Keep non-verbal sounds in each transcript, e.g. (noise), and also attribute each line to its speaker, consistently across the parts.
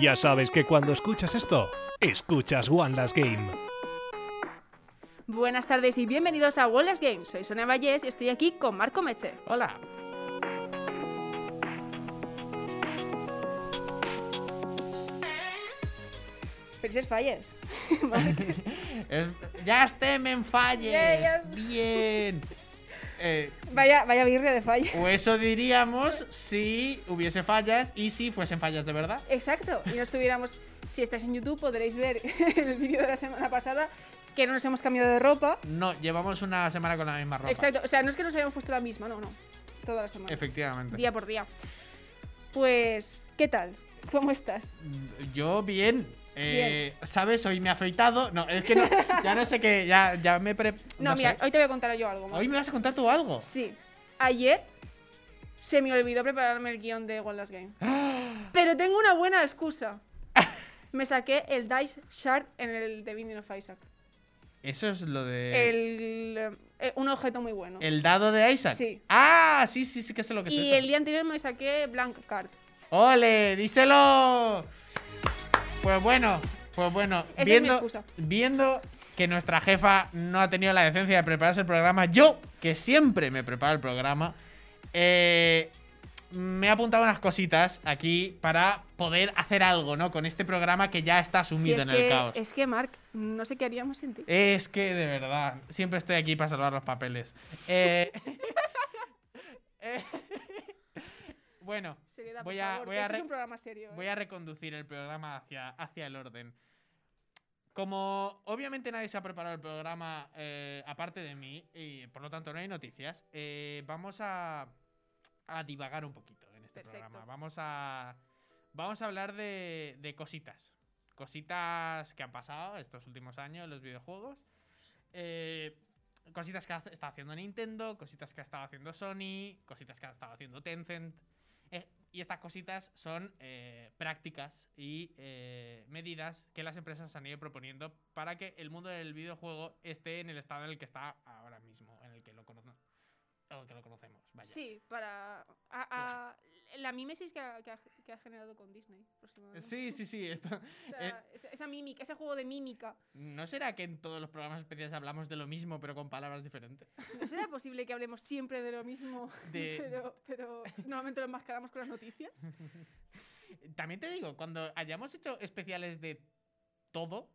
Speaker 1: Ya sabes que cuando escuchas esto, escuchas One Last Game.
Speaker 2: Buenas tardes y bienvenidos a Wallace Games. Soy Sonia Vallés y estoy aquí con Marco Meche.
Speaker 1: Hola.
Speaker 2: Felices falles.
Speaker 3: Es- ya esté, me enfalles.
Speaker 2: Ya, ya.
Speaker 3: Bien. Eh,
Speaker 2: vaya, vaya birria de falles.
Speaker 3: o eso diríamos si hubiese fallas y si fuesen fallas de verdad.
Speaker 2: Exacto. Y no estuviéramos. Si estáis en YouTube podréis ver (laughs) el vídeo de la semana pasada que no nos hemos cambiado de ropa.
Speaker 3: No, llevamos una semana con la misma ropa.
Speaker 2: Exacto. O sea, no es que nos hayamos puesto la misma, no, no. Toda la semana.
Speaker 3: Efectivamente.
Speaker 2: Día por día. Pues, ¿qué tal? ¿Cómo estás?
Speaker 3: Yo bien. Eh, ¿Sabes? Hoy me he afeitado. No, es que no, ya no sé qué. Ya, ya me pre.
Speaker 2: No,
Speaker 3: no
Speaker 2: mira,
Speaker 3: sé.
Speaker 2: hoy te voy a contar yo algo. Mar.
Speaker 3: Hoy me vas a contar tú algo.
Speaker 2: Sí. Ayer se me olvidó prepararme el guión de One Last Game.
Speaker 3: ¡Ah!
Speaker 2: Pero tengo una buena excusa. Me saqué el Dice Shard en el The Binding of Isaac.
Speaker 3: Eso es lo de.
Speaker 2: El, eh, un objeto muy bueno.
Speaker 3: el dado de Isaac.
Speaker 2: Sí.
Speaker 3: Ah, sí, sí, sí, que sé lo que es
Speaker 2: y
Speaker 3: eso.
Speaker 2: el día anterior me saqué Blank Card.
Speaker 3: ¡Ole! ¡Díselo! Pues bueno, pues bueno.
Speaker 2: Esa es mi
Speaker 3: viendo,
Speaker 2: excusa.
Speaker 3: viendo que nuestra jefa no ha tenido la decencia de prepararse el programa, yo, que siempre me preparo el programa, eh, me he apuntado unas cositas aquí para poder hacer algo, ¿no? Con este programa que ya está
Speaker 2: Si
Speaker 3: sumido
Speaker 2: es,
Speaker 3: en
Speaker 2: que,
Speaker 3: el caos. Eh,
Speaker 2: es que, Mark, no sé qué haríamos sin ti.
Speaker 3: Es que de verdad, siempre estoy aquí para salvar los papeles. Eh, (laughs) eh, (laughs) bueno,
Speaker 2: Seriedad,
Speaker 3: voy
Speaker 2: por
Speaker 3: a-
Speaker 2: favor,
Speaker 3: voy
Speaker 2: que
Speaker 3: a
Speaker 2: esto
Speaker 3: re-
Speaker 2: es un programa serio. ¿eh?
Speaker 3: Voy a reconducir el programa hacia, hacia el orden. Como obviamente nadie se ha preparado el programa eh, aparte de mí y por lo tanto no hay noticias, eh, vamos a, a divagar un poquito en este
Speaker 2: Perfecto.
Speaker 3: programa. Vamos a, vamos a hablar de, de cositas. Cositas que han pasado estos últimos años en los videojuegos. Eh, cositas que hace- está haciendo Nintendo, cositas que ha estado haciendo Sony, cositas que ha estado haciendo Tencent. Eh, y estas cositas son eh, prácticas y eh, medidas que las empresas han ido proponiendo para que el mundo del videojuego esté en el estado en el que está ahora mismo, en el que lo, cono- o que lo conocemos. Vaya.
Speaker 2: Sí, para. a- a- la mímesis que ha, que ha- que ha generado con Disney. aproximadamente.
Speaker 3: Eh, sí, eh. sí, sí, esto.
Speaker 2: O sea, esa, esa mímica, ese juego de mímica.
Speaker 3: ¿No será que en todos los programas especiales hablamos de lo mismo pero con palabras diferentes?
Speaker 2: ¿No será posible que hablemos siempre de lo
Speaker 3: (laughs)
Speaker 2: mismo,
Speaker 3: De-
Speaker 2: (laughs) pero, pero normalmente lo enmascaramos con las noticias?
Speaker 3: También te digo, cuando hayamos hecho especiales de todo,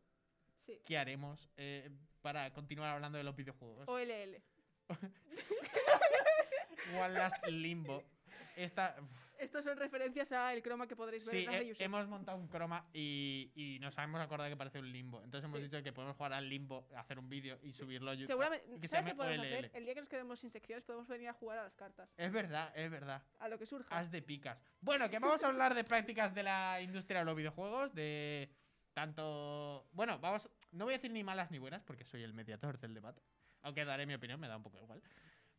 Speaker 2: Sí.
Speaker 3: ¿qué haremos eh, para continuar hablando de los videojuegos?
Speaker 2: OLL.
Speaker 3: One Last Limbo. Esta,
Speaker 2: Estas son referencias al croma que podréis ver
Speaker 3: sí, eh,
Speaker 2: en la
Speaker 3: he-
Speaker 2: review.
Speaker 3: hemos montado un croma y, y nos hemos acordado que parece un limbo. Entonces hemos
Speaker 2: Sí.
Speaker 3: dicho que podemos jugar al limbo, hacer un vídeo y subirlo a YouTube.
Speaker 2: Seguramente,
Speaker 3: que se
Speaker 2: ¿sabes qué
Speaker 3: llame
Speaker 2: podemos
Speaker 3: OLL.
Speaker 2: hacer? El día que nos quedemos sin secciones podemos venir a jugar a las cartas,
Speaker 3: Es verdad, es verdad.
Speaker 2: a lo que surja.
Speaker 3: Haz de picas. Bueno, que vamos a hablar de prácticas de la industria de los videojuegos, de tanto... Bueno, vamos... No voy a decir ni malas ni buenas porque soy el mediador del debate. Aunque daré mi opinión, me da un poco igual.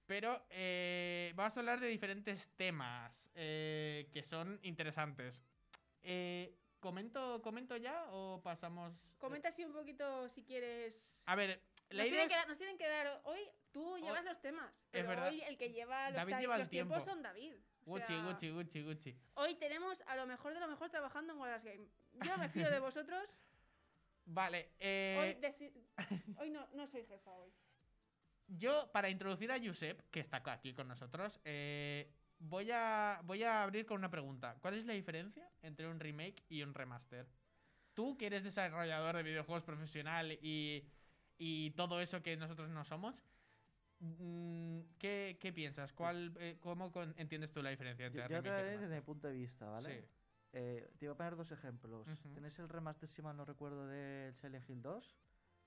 Speaker 3: Pero eh, vamos a hablar de diferentes temas eh, que son interesantes. Eh, ¿comento, ¿Comento ya o pasamos...?
Speaker 2: Comenta así un poquito si quieres.
Speaker 3: A ver, la
Speaker 2: nos,
Speaker 3: idea
Speaker 2: tienen
Speaker 3: es...
Speaker 2: que dar, nos tienen que dar hoy. Tú llevas los temas. Pero
Speaker 3: verdad.
Speaker 2: Hoy el que lleva los,
Speaker 3: David
Speaker 2: ta-
Speaker 3: lleva el
Speaker 2: los tiempos
Speaker 3: tiempo.
Speaker 2: son David. O
Speaker 3: Gucci,
Speaker 2: sea,
Speaker 3: Gucci, Gucci, Gucci.
Speaker 2: Hoy tenemos a lo mejor de lo mejor trabajando en Wallace Game. Yo me
Speaker 3: (laughs)
Speaker 2: fío de vosotros.
Speaker 3: Vale, eh...
Speaker 2: Hoy,
Speaker 3: (laughs)
Speaker 2: desi- hoy no, no soy jefa hoy.
Speaker 3: Yo, para introducir a Josep, que está co- aquí con nosotros, eh, voy, a, voy a abrir con una pregunta. ¿Cuál es la diferencia entre un remake y un remaster? Tú, que eres desarrollador de videojuegos profesional y, y todo eso que nosotros no somos, mm, ¿qué, qué piensas? ¿Cuál, eh, ¿Cómo con- entiendes tú la diferencia
Speaker 4: Yo,
Speaker 3: entre
Speaker 4: yo te voy a
Speaker 3: remake y
Speaker 4: decir desde mi
Speaker 3: remaster?
Speaker 4: punto de vista, ¿vale?
Speaker 3: Sí.
Speaker 4: Eh, te voy a poner dos ejemplos.
Speaker 3: Ujú.
Speaker 4: Tenéis el remaster, si mal no recuerdo, del Silent Hill 2,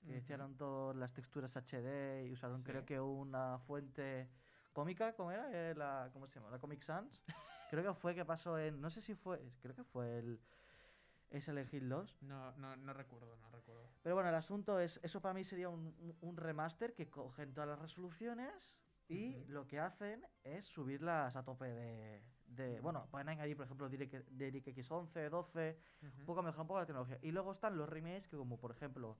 Speaker 4: que
Speaker 3: Ujú.
Speaker 4: hicieron todas las texturas HD y usaron,
Speaker 3: Sí.
Speaker 4: creo que, una fuente cómica, ¿cómo era? Eh, la, ¿Cómo se llama? La Comic
Speaker 3: (laughs)
Speaker 4: Sans. creo que fue que pasó en. No sé si fue. Creo que fue el. el Silent Hill 2.
Speaker 3: No, no, no recuerdo, no recuerdo.
Speaker 4: Pero bueno, el asunto es, eso para mí sería un, un- un remaster que cogen todas las resoluciones y
Speaker 3: Ujú.
Speaker 4: lo que hacen es subirlas a tope de... de- bueno, pueden añadir, por ejemplo, DirectX DirectX 11, 12, un
Speaker 3: Ujú.
Speaker 4: poco mejor, un poco la tecnología. Y luego están los remakes que como, por ejemplo,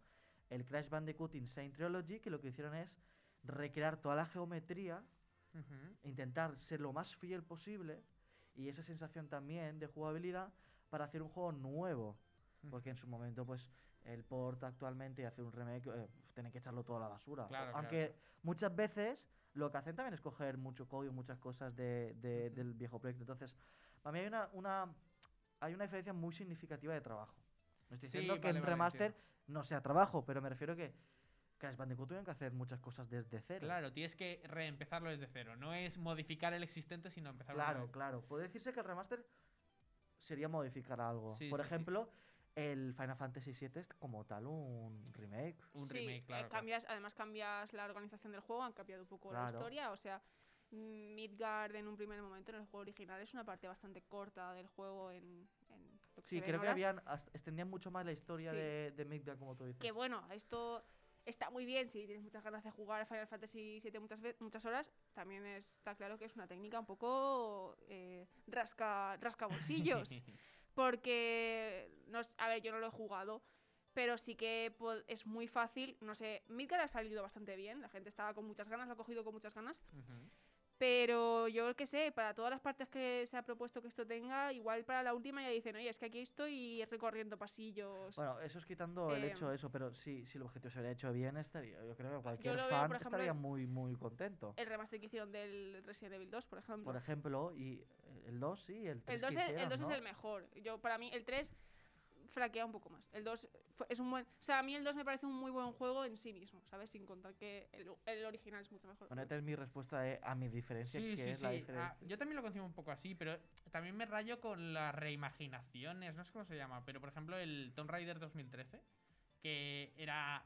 Speaker 4: el Crash Bandicoot Insane Trilogy, que lo que hicieron es recrear toda la geometría e
Speaker 3: Ujú.
Speaker 4: intentar ser lo más fiel posible y esa sensación también de jugabilidad para hacer un juego nuevo.
Speaker 3: Ujú.
Speaker 4: Porque en su momento, pues, el port actualmente y hacer un remake, eh, tienen que echarlo todo a la basura. O-
Speaker 3: Claro,
Speaker 4: Aunque muchas veces lo que hacen también es coger mucho código, muchas cosas de- de-
Speaker 3: Ujú.
Speaker 4: del viejo proyecto. Entonces, para mí hay una, una- hay una diferencia muy significativa de trabajo. No estoy
Speaker 3: Sí,
Speaker 4: diciendo que
Speaker 3: vale,
Speaker 4: en
Speaker 3: vale,
Speaker 4: remaster
Speaker 3: entiendo.
Speaker 4: no sea trabajo, pero me refiero que Crash Bandicoot tuvieron que hacer muchas cosas desde cero.
Speaker 3: Claro, tienes que reempezarlo desde cero. No es modificar el existente, sino empezar uno
Speaker 4: Claro,
Speaker 3: nuevo.
Speaker 4: claro. Puede decirse que el remaster sería modificar algo.
Speaker 3: Sí,
Speaker 4: Por
Speaker 3: sí, sí.
Speaker 4: ejemplo, el Final Fantasy VII es como tal un remake.
Speaker 3: Un
Speaker 2: sí,
Speaker 3: remake,
Speaker 2: eh,
Speaker 3: claro. claro.
Speaker 2: cambias, además cambias la organización del juego, han cambiado un poco la
Speaker 4: Claro.
Speaker 2: historia, o sea, mm, Midgard en un primer momento en el juego original es una parte bastante corta del juego en, en lo que se
Speaker 4: Sí,
Speaker 2: ve en
Speaker 4: creo que
Speaker 2: horas.
Speaker 4: habían hasta- extendían mucho más la historia
Speaker 2: Sí.
Speaker 4: de, de Midgard, como tú dices.
Speaker 2: Que bueno, esto está muy bien si tienes muchas ganas de jugar a Final Fantasy VII muchas, ve- muchas horas. También está claro que es una técnica un poco eh, rasca, rasca bolsillos. porque, no, s- a ver, yo no lo he jugado, pero sí que po- es muy fácil. No sé, Midgar ha salido bastante bien, la gente estaba con muchas ganas, lo ha cogido con muchas ganas.
Speaker 3: (laughs) Ujú.
Speaker 2: Pero yo qué sé, para todas las partes que se ha propuesto que esto tenga, igual para la última ya dicen, oye, es que aquí estoy recorriendo pasillos.
Speaker 4: Bueno, eso es quitando el
Speaker 2: Eh,
Speaker 4: hecho de eso, pero sí, si el objetivo se hubiera hecho bien, estaría, yo creo que cualquier
Speaker 2: lo veo,
Speaker 4: fan
Speaker 2: por ejemplo,
Speaker 4: estaría
Speaker 2: en-
Speaker 4: muy, muy contento.
Speaker 2: el remaster que hicieron del Resident Evil 2, por ejemplo.
Speaker 4: Por ejemplo, y el 2 sí, el 3
Speaker 2: el 2, es, el dos es el mejor. Yo, para mí, el 3 flaquea un poco más. El 2 fue- es un buen. O sea, a mí el 2 me parece un muy buen juego en sí mismo, ¿sabes? Sin contar que el, el original es mucho mejor.
Speaker 4: Bueno, esta es mi respuesta eh, a mi diferencia,
Speaker 3: Sí,
Speaker 4: que
Speaker 3: sí,
Speaker 4: es
Speaker 3: sí.
Speaker 4: la
Speaker 3: Ah,
Speaker 4: diferencia.
Speaker 3: yo también lo concibo un poco así, pero también me rayo con las reimaginaciones, no sé cómo se llama, pero por ejemplo el Tomb Raider 2013, que era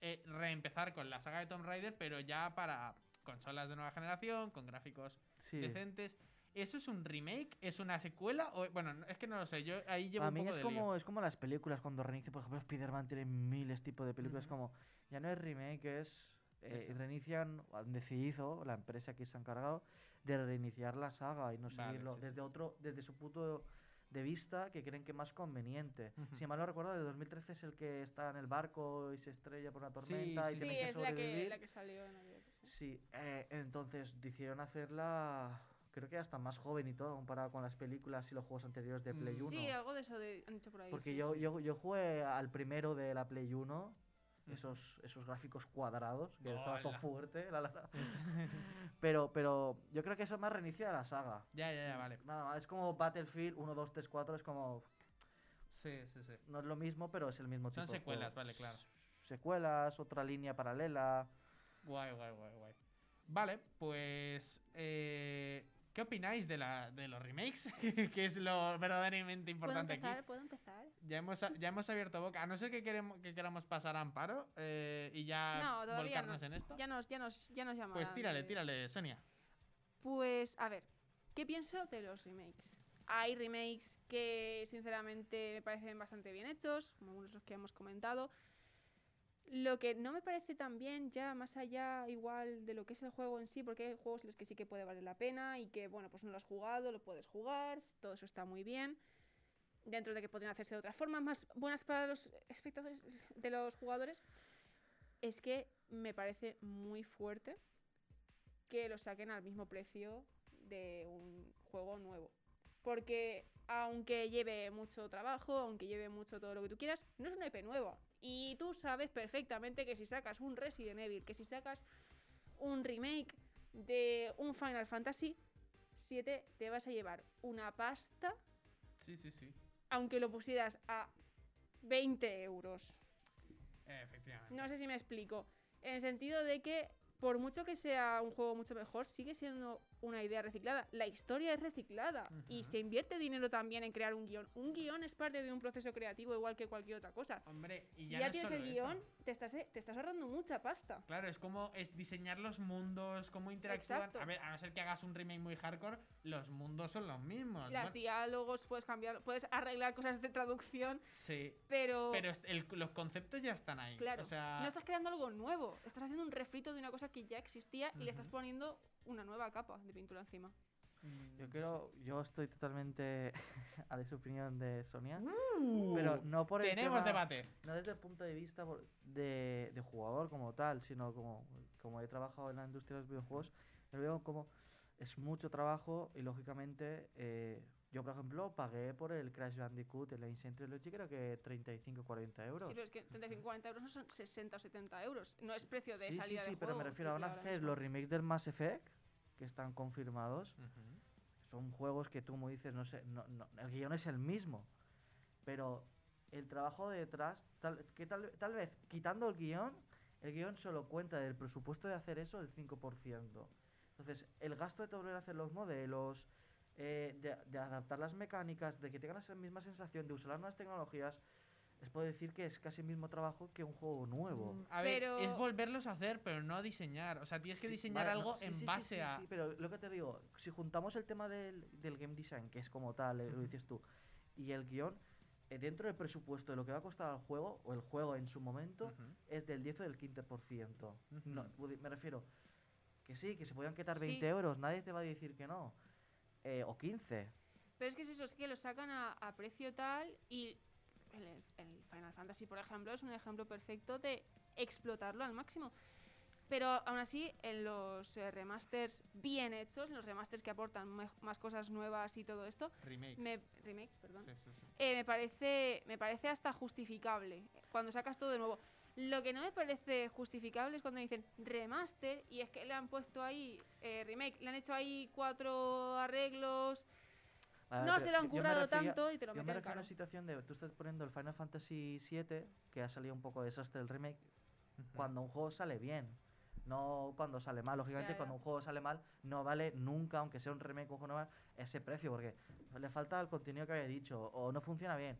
Speaker 3: eh, reempezar con la saga de Tomb Raider, pero ya para consolas de nueva generación, con gráficos
Speaker 4: Sí.
Speaker 3: decentes. ¿Eso es un remake? ¿Es una secuela? O, bueno, no- es que no lo sé, yo ahí llevo
Speaker 4: A
Speaker 3: un
Speaker 4: mí
Speaker 3: poco
Speaker 4: es
Speaker 3: de lío. (laughs)
Speaker 4: como, es como las películas, cuando reinicia, por ejemplo, Spider-Man tiene miles tipos de películas,
Speaker 3: Ujú.
Speaker 4: como ya no es remake, es... eh,
Speaker 3: Eso.
Speaker 4: reinician, han decidido, la empresa que se ha encargado, de reiniciar la saga y no
Speaker 3: Vale,
Speaker 4: seguirlo
Speaker 3: sí, sí.
Speaker 4: desde otro, desde su punto de vista que creen que es más conveniente.
Speaker 3: Ujú.
Speaker 4: Si mal no recuerdo, de 2013 es el que está en el barco y se estrella por una tormenta y
Speaker 3: sí,
Speaker 2: sí,
Speaker 4: tienen que
Speaker 2: es la que,
Speaker 4: sobrevivir.
Speaker 2: la que salió en Navidad, sí.
Speaker 4: Sí, eh, entonces decidieron hacerla, creo que hasta más joven y todo, comparado con las películas y los juegos anteriores de Play
Speaker 3: Sí,
Speaker 4: 1.
Speaker 2: Sí, algo de eso de- han dicho por ahí.
Speaker 4: Porque
Speaker 2: sí.
Speaker 4: yo, yo, yo jugué al primero de la Play 1,
Speaker 3: Ujú.
Speaker 4: esos, esos gráficos cuadrados, que estaba todo
Speaker 3: Mm. Hola. Mm.
Speaker 4: fuerte, la lana. pero, pero yo creo que eso más reinicia la saga.
Speaker 3: Ya, ya, ya, vale.
Speaker 4: Nada más, es como Battlefield 1, 2, 3, 4, es como.
Speaker 3: Sí, sí, sí.
Speaker 4: No es lo mismo, pero es el mismo
Speaker 3: Son
Speaker 4: tipo. de
Speaker 3: secuelas,
Speaker 4: juego.
Speaker 3: vale, claro.
Speaker 4: Secuelas, otra línea paralela.
Speaker 3: Guay, guay, guay, guay. Vale, pues. eh, ¿Qué opináis de, la, de los remakes? (laughs) que es lo verdaderamente
Speaker 2: ¿Puedo
Speaker 3: importante
Speaker 2: empezar?
Speaker 3: aquí.
Speaker 2: ¿Puedo empezar?
Speaker 3: Ya hemos, ya hemos abierto boca. A no ser que, queremos, que queramos pasar a Amparo eh, y ya
Speaker 2: No, todavía
Speaker 3: volcarnos
Speaker 2: no.
Speaker 3: en esto.
Speaker 2: Ya nos, ya nos, ya nos llamarán
Speaker 3: pues tírale,
Speaker 2: de-
Speaker 3: tírale, Sonia.
Speaker 2: Pues, a ver, ¿qué pienso de los remakes? Hay remakes que, sinceramente, me parecen bastante bien hechos, como algunos de los que hemos comentado. Lo que no me parece tan bien, ya más allá igual de lo que es el juego en sí, porque hay juegos en los que sí que puede valer la pena y que, bueno, pues no lo has jugado, lo puedes jugar, todo eso está muy bien. Dentro de que podrían hacerse de otras formas más buenas para los espectadores, de los jugadores, es que me parece muy fuerte que lo saquen al mismo precio de un juego nuevo. Porque aunque lleve mucho trabajo, aunque lleve mucho todo lo que tú quieras, no es una IP nueva. Y tú sabes perfectamente que si sacas un Resident Evil, que si sacas un remake de un Final Fantasy 7, te vas a llevar una pasta,
Speaker 3: Sí, sí, sí.
Speaker 2: aunque lo pusieras a 20 euros.
Speaker 3: Efectivamente.
Speaker 2: No sé si me explico. En el sentido de que, por mucho que sea un juego mucho mejor, sigue siendo una idea reciclada. La historia es reciclada y
Speaker 3: Ujú.
Speaker 2: se invierte dinero también en crear un guión. Un guión es parte de un proceso creativo igual que cualquier otra cosa.
Speaker 3: Hombre, y
Speaker 2: si
Speaker 3: ya,
Speaker 2: ya,
Speaker 3: no es
Speaker 2: tienes el
Speaker 3: solo eso.
Speaker 2: guión, te estás, eh, te estás ahorrando mucha pasta.
Speaker 3: Claro, es como es diseñar los mundos, cómo interactúan.
Speaker 2: Exacto.
Speaker 3: A ver, a no ser que hagas un remake muy hardcore, los mundos son los mismos.
Speaker 2: Los
Speaker 3: ¿no?
Speaker 2: diálogos puedes cambiar, puedes arreglar cosas de traducción,
Speaker 3: Sí.
Speaker 2: pero,
Speaker 3: Pero est- el- los conceptos ya están ahí.
Speaker 2: claro,
Speaker 3: O sea,
Speaker 2: no estás creando algo nuevo. Estás haciendo un refrito de una cosa que ya existía y le estás
Speaker 3: Ujú.
Speaker 2: poniendo una nueva capa de pintura encima.
Speaker 3: mm,
Speaker 4: Yo creo, yo estoy totalmente (laughs) a desopinión de Sonia.
Speaker 3: Uh,
Speaker 4: Pero no por el
Speaker 3: tenemos
Speaker 4: tema-
Speaker 3: debate.
Speaker 4: no desde el punto de vista por- de, de jugador como tal, sino como, como he trabajado en la industria de los videojuegos, lo veo como Es mucho trabajo y lógicamente eh, yo, por ejemplo, pagué por el Crash Bandicoot, el Ancient Trilogy, creo que 35 40 euros.
Speaker 2: Sí, pero es que 35, 40 euros no son 60 o 70 euros. No es precio de
Speaker 4: sí, sí,
Speaker 2: salida
Speaker 4: sí,
Speaker 2: de
Speaker 4: pero me
Speaker 2: juego,
Speaker 4: refiero, van a
Speaker 2: triple ahora
Speaker 4: hacer
Speaker 2: mismo.
Speaker 4: los remakes del Mass Effect, que están confirmados. Son juegos que tú, como dices, no sé, no, no- el guión es el mismo. Pero el trabajo de detrás, tal, que tal, tal vez quitando el guión, el guión solo cuenta del presupuesto de hacer eso el 5%. Entonces, el gasto de volver a hacer los modelos, eh, de, de adaptar las mecánicas, de que tengan la misma sensación, de usar las nuevas tecnologías, es puedo decir que es casi el mismo trabajo que un juego nuevo.
Speaker 3: Mm, A ver,
Speaker 2: Pero-
Speaker 3: es volverlos a hacer, pero no a diseñar. O sea, tienes que
Speaker 4: Sí,
Speaker 3: diseñar
Speaker 4: vale, no,
Speaker 3: algo
Speaker 4: sí,
Speaker 3: en
Speaker 4: sí, sí,
Speaker 3: base
Speaker 4: sí,
Speaker 3: a.
Speaker 4: sí, pero lo que te digo, si juntamos el tema del, del game design, que es como tal, eh, lo
Speaker 3: Ujú.
Speaker 4: dices tú, y el guión, eh, dentro del presupuesto de lo que va a costar el juego, o el juego en su momento,
Speaker 3: Ujú.
Speaker 4: es del 10 o del 15%. No, pu- me refiero, que sí, que se podían quitar
Speaker 2: Sí.
Speaker 4: 20 euros, nadie te va a decir que no. eh, o 15.
Speaker 2: Pero es que es eso, es que lo sacan a, a precio tal y el, el Final Fantasy, por ejemplo, es un ejemplo perfecto de explotarlo al máximo. Pero aún así, en los eh, remasters bien hechos, en los remasters que aportan mej- más cosas nuevas y todo esto,
Speaker 3: Remakes.
Speaker 2: me, remakes, perdón,
Speaker 3: Sí, sí, sí.
Speaker 2: eh, me, parece, me parece hasta justificable cuando sacas todo de nuevo. Lo que no me parece justificable es cuando dicen remaster y es que le han puesto ahí eh, remake, le han hecho ahí cuatro arreglos,
Speaker 4: A ver,
Speaker 2: no
Speaker 4: pero
Speaker 2: se lo han
Speaker 4: yo- yo me
Speaker 2: currado
Speaker 4: refería-
Speaker 2: tanto y te lo
Speaker 4: Yo me
Speaker 2: meten
Speaker 4: refiero a
Speaker 2: caro.
Speaker 4: una situación de, tú estás poniendo el Final Fantasy VII, que ha salido un poco desastre el remake,
Speaker 3: Ujú.
Speaker 4: cuando un juego sale bien. No cuando sale mal, lógicamente
Speaker 2: Ya,
Speaker 4: cuando
Speaker 2: ya.
Speaker 4: un juego sale mal no vale nunca, aunque sea un remake o un juego nuevo, ese precio, porque le falta el contenido que había dicho, o no funciona bien,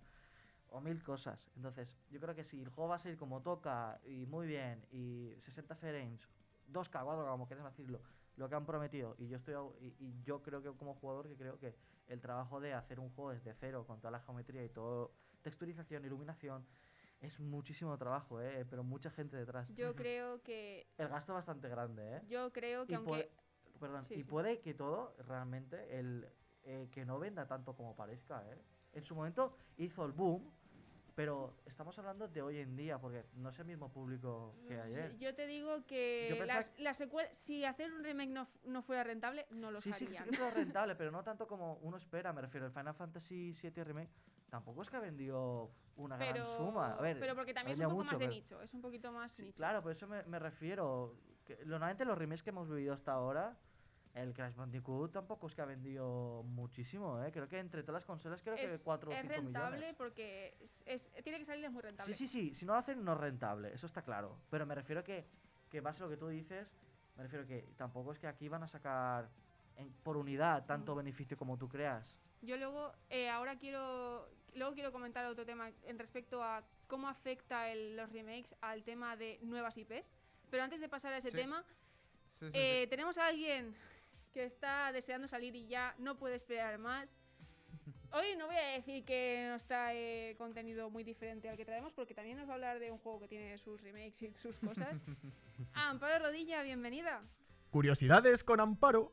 Speaker 4: o mil cosas. Entonces, yo creo que si el juego va a salir como toca, y muy bien, y 60 frames, 2K, 4K, como quieras decirlo, lo que han prometido, y yo estoy au- y, y yo creo que como jugador que creo que el trabajo de hacer un juego desde cero, con toda la geometría y todo, texturización, iluminación, es muchísimo trabajo, ¿eh? pero mucha gente detrás.
Speaker 2: Yo
Speaker 4: (laughs)
Speaker 3: Ujú.
Speaker 2: creo que.
Speaker 4: El gasto es bastante grande, ¿eh?
Speaker 2: Yo creo que
Speaker 4: Y
Speaker 2: aunque.
Speaker 4: puede, perdón,
Speaker 2: Sí,
Speaker 4: y
Speaker 2: sí.
Speaker 4: puede que todo realmente el eh, que no venda tanto como parezca, ¿eh? En su momento hizo el boom, pero estamos hablando de hoy en día, porque no es el mismo público que ayer.
Speaker 2: Yo te digo que
Speaker 4: Yo pensaba
Speaker 2: las, las secuelas, si hacer un remake no, fu- no fuera rentable, no lo
Speaker 4: Sí, sí, sí
Speaker 2: harían.
Speaker 4: que es rentable, pero no tanto como uno espera. Me refiero, el Final Fantasy VII Remake tampoco es que ha vendido una
Speaker 2: pero,
Speaker 4: gran suma. A ver,
Speaker 2: pero porque también es
Speaker 4: había
Speaker 2: un poco
Speaker 4: mucho,
Speaker 2: más de
Speaker 4: pero-
Speaker 2: nicho, es un poquito más
Speaker 4: Sí,
Speaker 2: nicho.
Speaker 4: claro, por eso me, me refiero. Que, lo- normalmente los remakes que hemos vivido hasta ahora, el Crash Bandicoot tampoco es que ha vendido muchísimo, ¿eh? Creo que entre todas las consolas creo
Speaker 2: Es,
Speaker 4: que 4 o
Speaker 2: es
Speaker 4: 5
Speaker 2: rentable
Speaker 4: millones.
Speaker 2: porque es- es- tiene que salirles muy rentable.
Speaker 4: Sí, sí, sí, si no lo hacen no es rentable, eso está claro. Pero me refiero que, que base a lo que tú dices, me refiero que tampoco es que aquí van a sacar en- por unidad tanto beneficio como tú creas.
Speaker 2: Yo luego, eh, ahora quiero, luego quiero comentar otro tema en respecto a cómo afecta el- los remakes al tema de nuevas IPs. Pero antes de pasar a ese
Speaker 3: Sí.
Speaker 2: tema,
Speaker 3: Sí, sí, sí.
Speaker 2: Eh, tenemos a alguien que está deseando salir y ya no puede esperar más. Hoy no voy a decir que nos trae contenido muy diferente al que traemos, porque también nos va a hablar de un juego que tiene sus remakes y sus
Speaker 3: (laughs)
Speaker 2: cosas. Ah, Amparo Rodilla, bienvenida.
Speaker 5: Curiosidades con Amparo.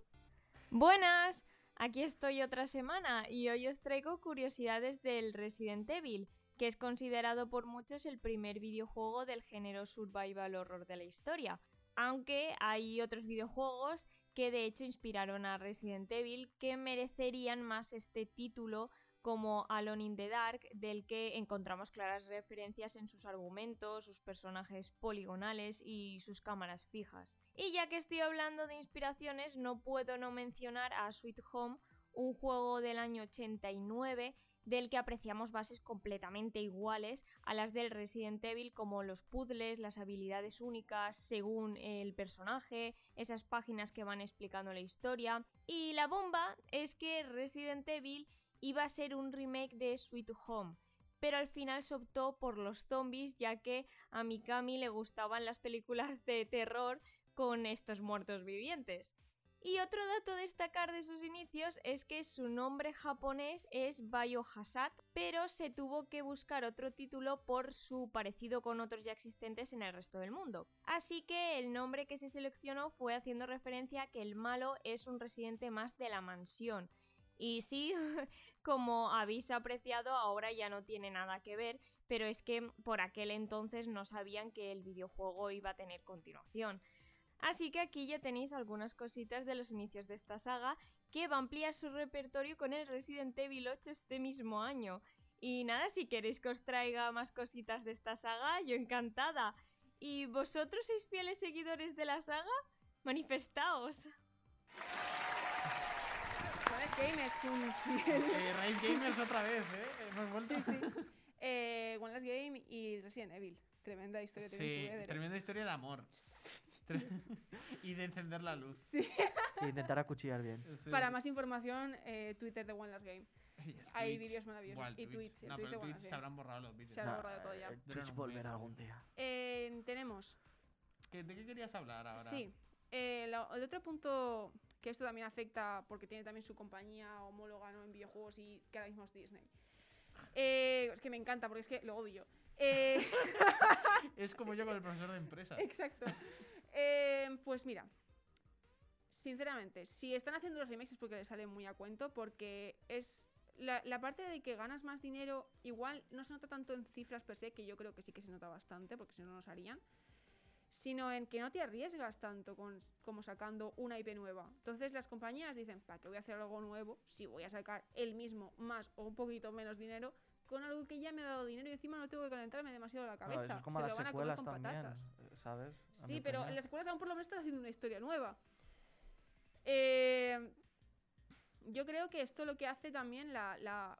Speaker 6: Buenas, aquí estoy otra semana y hoy os traigo curiosidades del Resident Evil, que es considerado por muchos el primer videojuego del género survival horror de la historia, aunque hay otros videojuegos que de hecho inspiraron a Resident Evil que merecerían más este título como Alone in the Dark, del que encontramos claras referencias en sus argumentos, sus personajes poligonales y sus cámaras fijas. Y ya que estoy hablando de inspiraciones, no puedo no mencionar a Sweet Home, un juego del año 89 del que apreciamos bases completamente iguales a las del Resident Evil como los puzzles, las habilidades únicas según el personaje, esas páginas que van explicando la historia. Y la bomba es que Resident Evil iba a ser un remake de Sweet Home, pero al final se optó por los zombies ya que a Mikami le gustaban las películas de terror con estos muertos vivientes. Y otro dato a destacar de sus inicios es que su nombre japonés es Biohazard, pero se tuvo que buscar otro título por su parecido con otros ya existentes en el resto del mundo. Así que el nombre que se seleccionó fue haciendo referencia a que el malo es un residente más de la mansión. Y sí, (laughs) como habéis apreciado, ahora ya no tiene nada que ver, pero es que por aquel entonces no sabían que el videojuego iba a tener continuación. Así que aquí ya tenéis algunas cositas de los inicios de esta saga que va a ampliar su repertorio con el Resident Evil 8 este mismo año. Y nada, si queréis que os traiga más cositas de esta saga, yo encantada. ¿Y vosotros sois fieles seguidores de la saga? Manifestaos.
Speaker 2: Juanes Game es un
Speaker 3: (laughs)
Speaker 2: fiel. (laughs)
Speaker 3: Eh, Raíz Gamers otra vez, ¿eh? Hemos vuelto.
Speaker 2: Sí, sí. Eh, One Last Game y Resident Evil. Tremenda historia.
Speaker 3: Sí,
Speaker 2: Team Together.
Speaker 3: tremenda historia de amor. (laughs) Tre- y de encender la luz.
Speaker 2: Sí.
Speaker 4: E intentar acuchillar bien.
Speaker 3: Sí,
Speaker 2: Para
Speaker 3: sí.
Speaker 2: más información, eh, Twitter de One Last Game.
Speaker 3: (laughs) Y el
Speaker 2: hay
Speaker 3: Twitch.
Speaker 2: vídeos maravillosos.
Speaker 3: Buah, el
Speaker 2: Y Twitch, el
Speaker 3: No,
Speaker 2: Twitch de
Speaker 3: pero Twitch
Speaker 2: Guanajuato.
Speaker 3: se habrán borrado los
Speaker 2: (laughs)
Speaker 3: vídeos.
Speaker 2: Se habrán- Nah, borrado todo ya.
Speaker 3: Duran
Speaker 4: el eh, Twitch
Speaker 3: un mes,
Speaker 4: volverá
Speaker 3: ¿no?
Speaker 4: algún día.
Speaker 2: Eh, tenemos.
Speaker 3: ¿Qué- ¿De qué querías hablar ahora?
Speaker 2: Sí. eh, la- el otro punto que esto también afecta, porque tiene también su compañía homóloga ¿no? en videojuegos y que ahora mismo es Disney. Eh, es que me encanta, porque es que lo odio. Eh,
Speaker 3: Es como yo con el profesor
Speaker 2: (laughs)
Speaker 3: de empresas.
Speaker 2: Exacto. Eh, pues mira, sinceramente, si están haciendo los remakes es porque les sale muy a cuento, porque es la, la parte de que ganas más dinero, igual no se nota tanto en cifras per se, que yo creo que sí que se nota bastante, porque si no, no los harían, sino en que no te arriesgas tanto con, como sacando una IP nueva. Entonces las compañías dicen, ¿para qué voy a hacer algo nuevo si voy a sacar el mismo más o un poquito menos dinero? Con algo que ya me ha dado dinero y encima no tengo que calentarme demasiado la
Speaker 4: Claro,
Speaker 2: cabeza.
Speaker 4: eso es como
Speaker 2: se
Speaker 4: las
Speaker 2: lo van a comer
Speaker 4: secuelas
Speaker 2: con
Speaker 4: también,
Speaker 2: patatas.
Speaker 4: eh, ¿sabes? A mi
Speaker 2: Sí, pero
Speaker 4: opinión.
Speaker 2: en las escuelas aún por lo menos están haciendo una historia nueva. Eh, yo creo que esto lo que hace también la, la-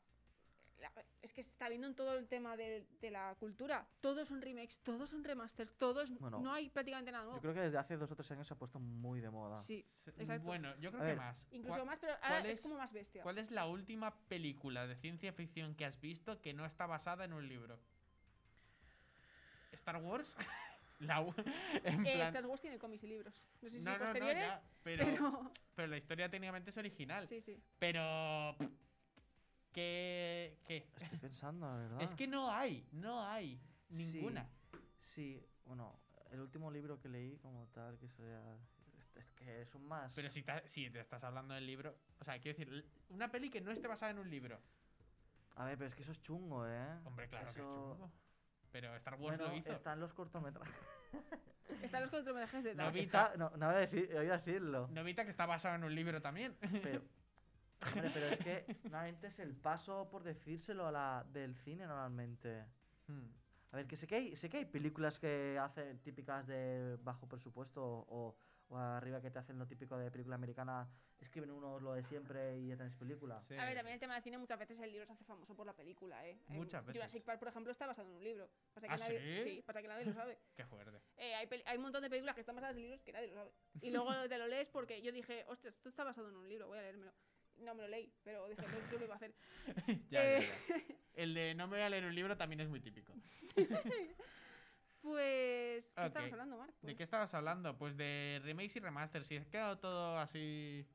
Speaker 2: la- Es que se está viendo en todo el tema de, de la cultura. Todos son remakes, todos son remasters, todos...
Speaker 4: Bueno,
Speaker 2: no hay prácticamente nada nuevo.
Speaker 4: Yo creo que desde hace dos o tres años se ha puesto muy de moda.
Speaker 2: Sí,
Speaker 3: Se-
Speaker 2: exacto.
Speaker 3: Bueno, yo creo
Speaker 4: A
Speaker 3: que
Speaker 4: ver.
Speaker 3: más.
Speaker 2: incluso
Speaker 3: ¿Cuál-
Speaker 2: más, pero ahora
Speaker 3: cuál
Speaker 2: es,
Speaker 3: es-
Speaker 2: como más bestia.
Speaker 3: ¿Cuál es la última película de ciencia ficción que has visto que no está basada en un libro? ¿Star Wars? (laughs) la u- en
Speaker 2: Eh,
Speaker 3: plan-
Speaker 2: Star Wars tiene cómics y libros. No sé si
Speaker 3: No, no, no,
Speaker 2: posteriores,
Speaker 3: ya, pero, (laughs) pero...
Speaker 2: pero...
Speaker 3: la historia técnicamente es original.
Speaker 2: (laughs) Sí, sí.
Speaker 3: Pero. pff, ¿Qué? ¿Qué?
Speaker 4: Estoy pensando, la verdad.
Speaker 3: Es que no hay, no hay
Speaker 4: Ah. Sí.
Speaker 3: ninguna.
Speaker 4: Sí, bueno, el último libro que leí como tal, que sería... Es, es que son más...
Speaker 3: Pero si te, si te estás hablando del libro. O sea, quiero decir, l- una peli que no esté basada en un libro.
Speaker 4: A ver, pero es que eso es chungo, ¿eh?
Speaker 3: Hombre, claro que es
Speaker 4: Eso-
Speaker 3: chungo. Pero Star Wars
Speaker 4: bueno,
Speaker 3: Pues lo hizo.
Speaker 4: están los cortometrajes.
Speaker 2: Están los cortometrajes de
Speaker 3: No
Speaker 2: Dark.
Speaker 3: vi-
Speaker 4: Está- no, no voy a, decir- voy
Speaker 3: (laughs)
Speaker 4: a decirlo.
Speaker 3: Novita que está basado en un libro también.
Speaker 4: Pero, hombre, pero es que normalmente es el paso por decírselo a la del cine normalmente.
Speaker 3: Hmm.
Speaker 4: A ver, que sé que hay, sé que hay películas que hacen típicas de bajo presupuesto o, o arriba que te hacen lo típico de película americana, escriben unos lo de siempre y ya tenés película.
Speaker 3: Sí.
Speaker 2: A ver, también el tema del cine muchas veces el libro se hace famoso por la película, ¿eh? En
Speaker 3: Muchas veces.
Speaker 2: Jurassic Park, por ejemplo, está basado en un libro. Pasa que
Speaker 3: ¿Ah,
Speaker 2: nadie,
Speaker 3: sí?
Speaker 2: pasa que nadie lo sabe. (laughs)
Speaker 3: Qué fuerte. (laughs)
Speaker 2: Eh, hay, peli- hay un montón de películas que están basadas en libros que nadie lo sabe. Y
Speaker 3: (laughs)
Speaker 2: luego te lo lees porque yo dije, ostras, esto está basado en un libro, voy a leérmelo. No me lo leí, pero dije, "No, yo lo iba a hacer.
Speaker 3: Ya, ya,
Speaker 2: Eh.
Speaker 3: ya. El de no me voy a leer un libro también es muy típico.
Speaker 2: Pues, ¿qué
Speaker 3: Ok.
Speaker 2: estamos hablando, Marc?
Speaker 3: ¿De
Speaker 2: Pues,
Speaker 3: qué estabas hablando? Pues de remakes y remasters. Y he quedado todo así.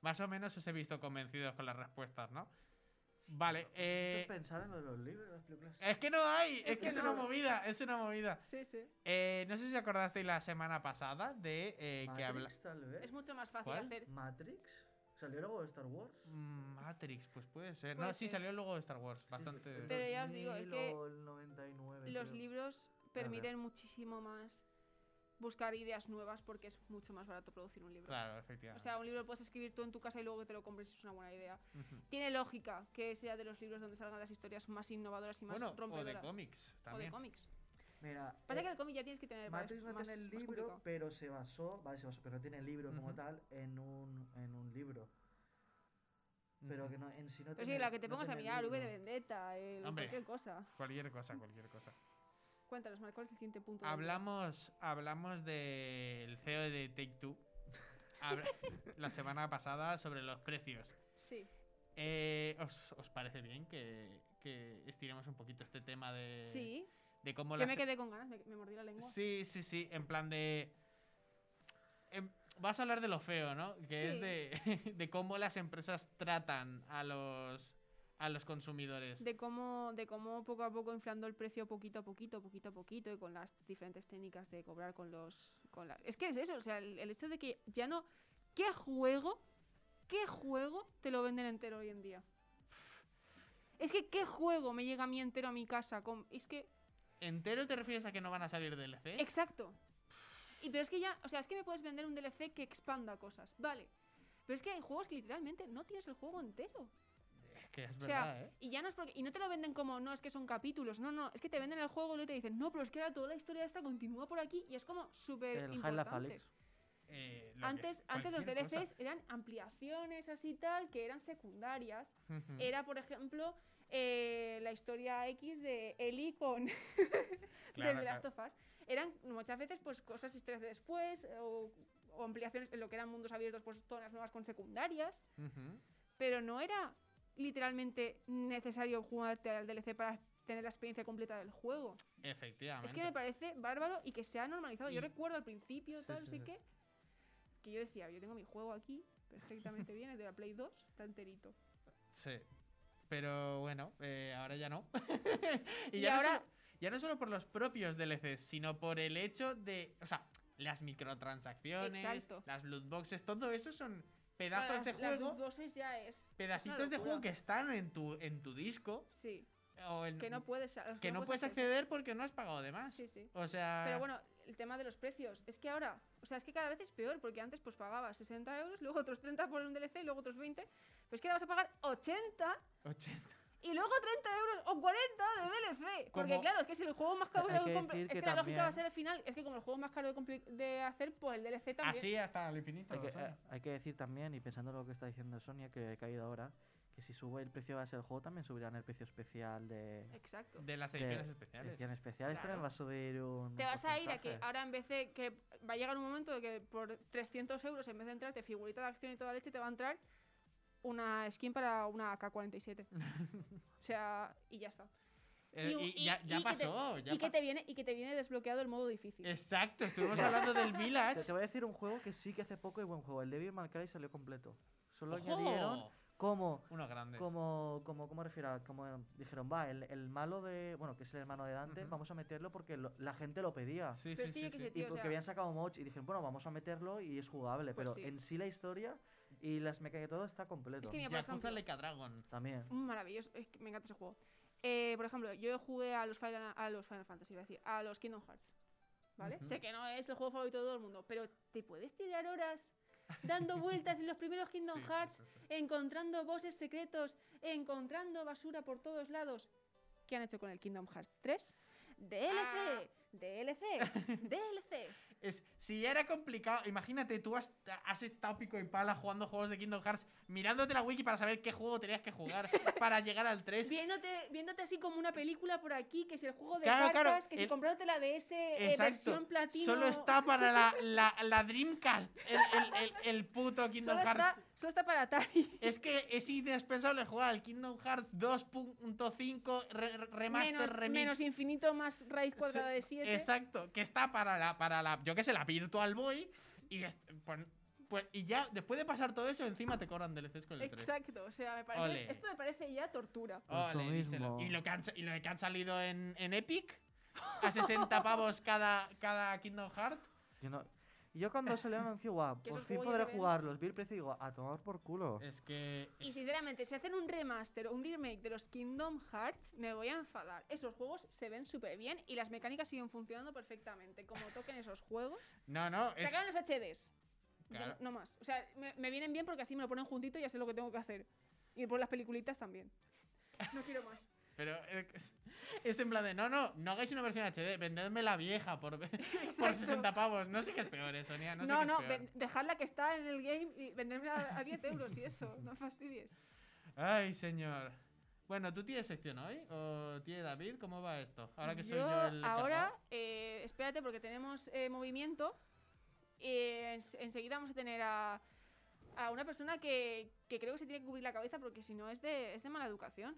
Speaker 3: Más o menos os he visto convencidos con las respuestas, ¿no? Vale,
Speaker 4: Os he
Speaker 3: eh,
Speaker 4: hecho pensar en lo de los libros, las películas.
Speaker 3: es que no hay,
Speaker 2: Es
Speaker 3: es
Speaker 2: que
Speaker 3: que es
Speaker 2: no.
Speaker 3: una movida, es una movida.
Speaker 2: Sí, sí.
Speaker 3: Eh, no sé si acordasteis la semana pasada de eh, que habla...
Speaker 4: Matrix, tal vez.
Speaker 2: Es mucho más fácil
Speaker 3: ¿Cuál?
Speaker 2: hacer.
Speaker 4: Matrix. ¿Salió luego de Star Wars?
Speaker 3: Mm, Matrix, pues puede ser.
Speaker 2: Puede
Speaker 3: no, sí,
Speaker 2: ser.
Speaker 3: salió luego de Star Wars, bastante...
Speaker 4: el
Speaker 2: Pero ya os digo, es
Speaker 4: 2000
Speaker 2: que
Speaker 4: o el 99,
Speaker 2: Los
Speaker 4: creo.
Speaker 2: libros permiten muchísimo más buscar ideas nuevas porque es mucho más barato producir un libro.
Speaker 3: Claro,
Speaker 2: O
Speaker 3: efectivamente.
Speaker 2: sea, un libro lo puedes escribir tú en tu casa y luego que te lo compres si es una buena idea.
Speaker 3: Ujú.
Speaker 2: Tiene lógica que sea de los libros donde salgan las historias más innovadoras y más
Speaker 3: bueno, o de
Speaker 2: rompedoras.
Speaker 3: cómics
Speaker 2: O de
Speaker 3: también.
Speaker 2: cómics.
Speaker 4: Mira,
Speaker 2: Pasa
Speaker 4: eh,
Speaker 2: que el cómic ya tienes que tener varios-
Speaker 4: Matrix no
Speaker 2: más,
Speaker 4: tiene el
Speaker 2: más
Speaker 4: libro,
Speaker 2: complicado.
Speaker 4: pero se basó, vale, se basó, pero no tiene el libro como
Speaker 3: Ujú.
Speaker 4: tal en un, en un libro. Pero que no, en sí no
Speaker 2: Pero
Speaker 4: tiene-
Speaker 2: sí, la que te
Speaker 4: no
Speaker 2: pongas a
Speaker 4: tiene
Speaker 2: mirar, V
Speaker 4: libro.
Speaker 2: de Vendetta, el
Speaker 3: Hombre.
Speaker 2: cualquier cosa.
Speaker 3: Cualquier cosa, cualquier cosa.
Speaker 2: Cuéntanos, Marco, ¿cuál es el siguiente punto? del libro?
Speaker 3: Hablamos, hablamos del CEO de Take Two
Speaker 2: (laughs)
Speaker 3: Habla- la semana pasada sobre los precios.
Speaker 2: Sí.
Speaker 3: Eh, ¿os, os parece bien que, que estiremos un poquito este tema de,
Speaker 2: sí.
Speaker 3: de cómo
Speaker 2: Yo
Speaker 3: las
Speaker 2: me quedé con ganas, me, me mordí la lengua.
Speaker 3: Sí, sí, sí, en plan de... em, vas a hablar de lo feo, ¿no? Que
Speaker 2: Sí.
Speaker 3: es de, (laughs) de cómo las empresas tratan a los, a los consumidores.
Speaker 2: De cómo, de cómo poco a poco inflando el precio poquito a poquito, poquito a poquito, y con las diferentes técnicas de cobrar con los. Con la... Es que es eso, o sea, el, el hecho de que ya no. ¿Qué juego? ¿Qué juego te lo venden entero hoy en día? Es que qué juego me llega a mí entero a mi casa. Con... Es que.
Speaker 3: ¿Eh? ¿Entero te refieres a que no van a salir DLC?
Speaker 2: Exacto. Y, pero es que ya, o sea, es que me puedes vender un DLC que expanda cosas, vale. Pero es que hay juegos que literalmente no tienes el juego entero.
Speaker 3: Es que es
Speaker 2: O sea,
Speaker 3: verdad, ¿eh?
Speaker 2: y ya no es porque. Y no te lo venden como, no, es que son capítulos. No, no, es que te venden el juego y luego te dicen, no, pero es que ahora toda la historia esta continúa por aquí y es como súper
Speaker 4: El Highlight
Speaker 2: importante.
Speaker 4: Alex.
Speaker 3: Eh, lo que
Speaker 2: Antes,
Speaker 3: es,
Speaker 2: antes los
Speaker 3: cualquier
Speaker 2: DLCs
Speaker 3: cosa.
Speaker 2: eran ampliaciones así tal, que eran secundarias.
Speaker 3: Ujú.
Speaker 2: Era, por ejemplo, eh, la historia X de Ellie con (laughs) de
Speaker 3: Claro,
Speaker 2: The Last
Speaker 3: claro.
Speaker 2: of Us. Eran muchas veces pues cosas historias de después o, o ampliaciones en lo que eran mundos abiertos, pues zonas nuevas con secundarias.
Speaker 3: Ujú.
Speaker 2: Pero no era literalmente necesario jugarte al DLC para tener la experiencia completa del juego.
Speaker 3: Efectivamente.
Speaker 2: Es que me parece bárbaro y que se ha normalizado. Yo
Speaker 3: Y-
Speaker 2: recuerdo al principio,
Speaker 3: Sí,
Speaker 2: tal,
Speaker 3: sí,
Speaker 2: no sé
Speaker 3: sí.
Speaker 2: qué, que yo decía, yo tengo mi juego aquí perfectamente bien, el de la Play 2, está enterito.
Speaker 3: Sí. Pero bueno, eh, ahora ya no. (laughs) y
Speaker 2: Y
Speaker 3: ya, no
Speaker 2: ahora-
Speaker 3: solo, ya no solo por los propios DLCs, sino por el hecho de. O sea, las microtransacciones,
Speaker 2: Exacto.
Speaker 3: las loot boxes, todo eso son
Speaker 2: Para
Speaker 3: pedazos
Speaker 2: las-
Speaker 3: de este
Speaker 2: las loot
Speaker 3: juego.
Speaker 2: boxes ya es.
Speaker 3: Pedacitos de juego que están en tu, en tu disco.
Speaker 2: Sí,
Speaker 3: O en-
Speaker 2: que no puedes. a los
Speaker 3: que no puedes acceder Ah. porque no has pagado de más.
Speaker 2: Sí, sí.
Speaker 3: O sea.
Speaker 2: Pero bueno, el tema de los precios. Es que ahora, o sea, es que cada vez es peor, porque antes pues pagabas 60 euros, luego otros 30 por un DLC, luego otros 20. Pues que ahora vas a pagar 80
Speaker 3: 80.
Speaker 2: y luego 30 euros o 40 de DLC. Porque
Speaker 3: como-
Speaker 2: claro, es que si el juego más caro
Speaker 4: Hay que
Speaker 2: de compra-
Speaker 4: decir
Speaker 2: Es que,
Speaker 4: que
Speaker 2: la
Speaker 4: también-
Speaker 2: lógica va a ser el final. Es que como el juego es más caro de, compli- de hacer, pues el DLC también.
Speaker 3: Así hasta el infinito.
Speaker 4: Hay que,
Speaker 3: Sonia.
Speaker 4: eh, hay que decir también, y pensando en lo que está diciendo Sonia, que he caído ahora, que si sube el precio base del juego, también subirán el precio especial de.
Speaker 2: Exacto.
Speaker 3: De las
Speaker 4: de-
Speaker 3: ediciones
Speaker 4: de
Speaker 3: especiales.
Speaker 4: edición especial. Este
Speaker 2: Claro.
Speaker 4: también va a subir un.
Speaker 2: Te
Speaker 4: un
Speaker 2: vas a ir a que
Speaker 4: porcentaje.
Speaker 2: ahora en vez de que va a llegar un momento de que por 300 euros en vez de entrarte figurita de acción y toda leche te va a entrar una skin para una AK-47. o sea, y ya está.
Speaker 3: Eh,
Speaker 2: y un-
Speaker 3: y,
Speaker 2: y-
Speaker 3: ya, ya
Speaker 2: y que te-
Speaker 3: pasó. ya
Speaker 2: y, que
Speaker 3: pa-
Speaker 2: te viene, y que te viene desbloqueado el modo difícil.
Speaker 3: Exacto, estuvimos
Speaker 4: (laughs)
Speaker 3: hablando del
Speaker 4: Te,
Speaker 3: Village.
Speaker 4: te voy a decir un juego que sí que hace poco es buen juego. El Devil May Cry salió completo. Solo
Speaker 3: ¡Ojo!
Speaker 4: añadieron como.
Speaker 3: Uno grande.
Speaker 4: Como, como, como refiera, como dijeron, va, el, el malo de. Bueno, que es el hermano de Dante,
Speaker 3: Ujú.
Speaker 4: vamos a meterlo porque lo- la gente lo pedía.
Speaker 3: Sí,
Speaker 2: Pero
Speaker 3: sí,
Speaker 2: es que yo
Speaker 3: sí, sí.
Speaker 2: qué sé,
Speaker 4: Y
Speaker 2: tío, o
Speaker 4: porque
Speaker 2: sea,
Speaker 4: habían sacado mods y dijeron, bueno, vamos a meterlo y es jugable.
Speaker 2: Pues
Speaker 4: pero
Speaker 2: sí.
Speaker 4: en sí la historia y las mecánicas y todo está completo.
Speaker 2: Es que mira, por
Speaker 3: Yakuza
Speaker 2: ejemplo,
Speaker 3: Like a Dragon.
Speaker 4: También.
Speaker 2: Mm, Maravilloso, es que me encanta ese juego. Eh, por ejemplo, yo jugué a los Final, a los Final Fantasy, iba a decir, a los Kingdom Hearts. ¿Vale?
Speaker 3: Ujú.
Speaker 2: Sé que no es el juego favorito de todo el mundo, pero te puedes tirar horas
Speaker 3: (laughs)
Speaker 2: dando vueltas en los primeros Kingdom
Speaker 3: Sí, sí,
Speaker 2: Hearts,
Speaker 3: sí, sí.
Speaker 2: encontrando bosses secretos, encontrando basura por todos lados. ¿Qué han hecho con el Kingdom Hearts 3? DLC,
Speaker 3: Ah. (laughs)
Speaker 2: DLC, DLC.
Speaker 3: Es, si ya era complicado, imagínate, tú has, has estado pico y pala jugando juegos de Kingdom Hearts, mirándote la wiki para saber qué juego tenías que
Speaker 2: (laughs)
Speaker 3: jugar para llegar al 3.
Speaker 2: Viéndote, viéndote así como una película por aquí, que si el juego de
Speaker 3: Claro, claro,
Speaker 2: cartas, que si
Speaker 3: el-
Speaker 2: comprándote la DS eh, versión
Speaker 3: Exacto.
Speaker 2: platino.
Speaker 3: Solo está para la, la,
Speaker 2: (laughs)
Speaker 3: la Dreamcast, el, el, el- el puto Kingdom
Speaker 2: Solo está,
Speaker 3: Hearts.
Speaker 2: solo está para Atari.
Speaker 3: Es que es indispensable jugar al Kingdom Hearts 2.5 re- re- Remaster
Speaker 2: menos,
Speaker 3: Remix.
Speaker 2: menos infinito más raíz
Speaker 3: Sí,
Speaker 2: cuadrada de 7.
Speaker 3: Exacto, que está para la, para la, yo qué sé, la Virtual Boy. Y, es- pon- pues- y ya, después de pasar todo eso, encima te cobran DLCs con el 3.
Speaker 2: Exacto, o sea, me parece,
Speaker 3: Ole.
Speaker 2: esto me parece ya tortura.
Speaker 3: Ole,
Speaker 4: Eso
Speaker 3: díselo.
Speaker 4: mismo.
Speaker 3: Y lo que han, sa- y lo que han salido en, en Epic, a 60 pavos cada, cada Kingdom Hearts.
Speaker 4: Yo, no- y yo cuando salió el anuncio, guau,
Speaker 2: (laughs) Que
Speaker 4: por
Speaker 2: esos
Speaker 4: fin
Speaker 2: juegos ya
Speaker 4: podré
Speaker 2: se ven.
Speaker 4: jugarlos. Vi el precio y digo, a tomar por culo.
Speaker 3: Es que.
Speaker 2: Y
Speaker 3: es-
Speaker 2: sinceramente, si hacen un remaster o un remake de los Kingdom Hearts, me voy a enfadar. Esos juegos se ven súper bien y las mecánicas siguen funcionando perfectamente. Como toquen esos juegos.
Speaker 3: no, no, es.
Speaker 2: Sacaron los HDs. Yo
Speaker 3: Claro.
Speaker 2: no, no más. O sea, me, me vienen bien porque así me lo ponen juntito y ya sé lo que tengo que hacer. Y por las peliculitas también. No quiero más.
Speaker 3: Pero es, es en plan de, no, no, no hagáis una versión HD, vendedme la vieja por, por
Speaker 2: Exacto.
Speaker 3: 60 pavos. No sé qué es peor, eso, Sonia. No, sé qué
Speaker 2: No,
Speaker 3: es
Speaker 2: no,
Speaker 3: peor.
Speaker 2: ven- dejarla que está en el game y vendérmela a- a 10 euros y eso, no fastidies.
Speaker 3: Ay, señor. Bueno, ¿tú tienes sección hoy? ¿O tiene David? ¿Cómo va esto? Ahora que soy yo, el. encargado.
Speaker 2: ahora, eh, espérate porque tenemos eh, movimiento. Eh, ens- enseguida vamos a tener a, a una persona que, que creo que se tiene que cubrir la cabeza porque si no es de, es de mala educación.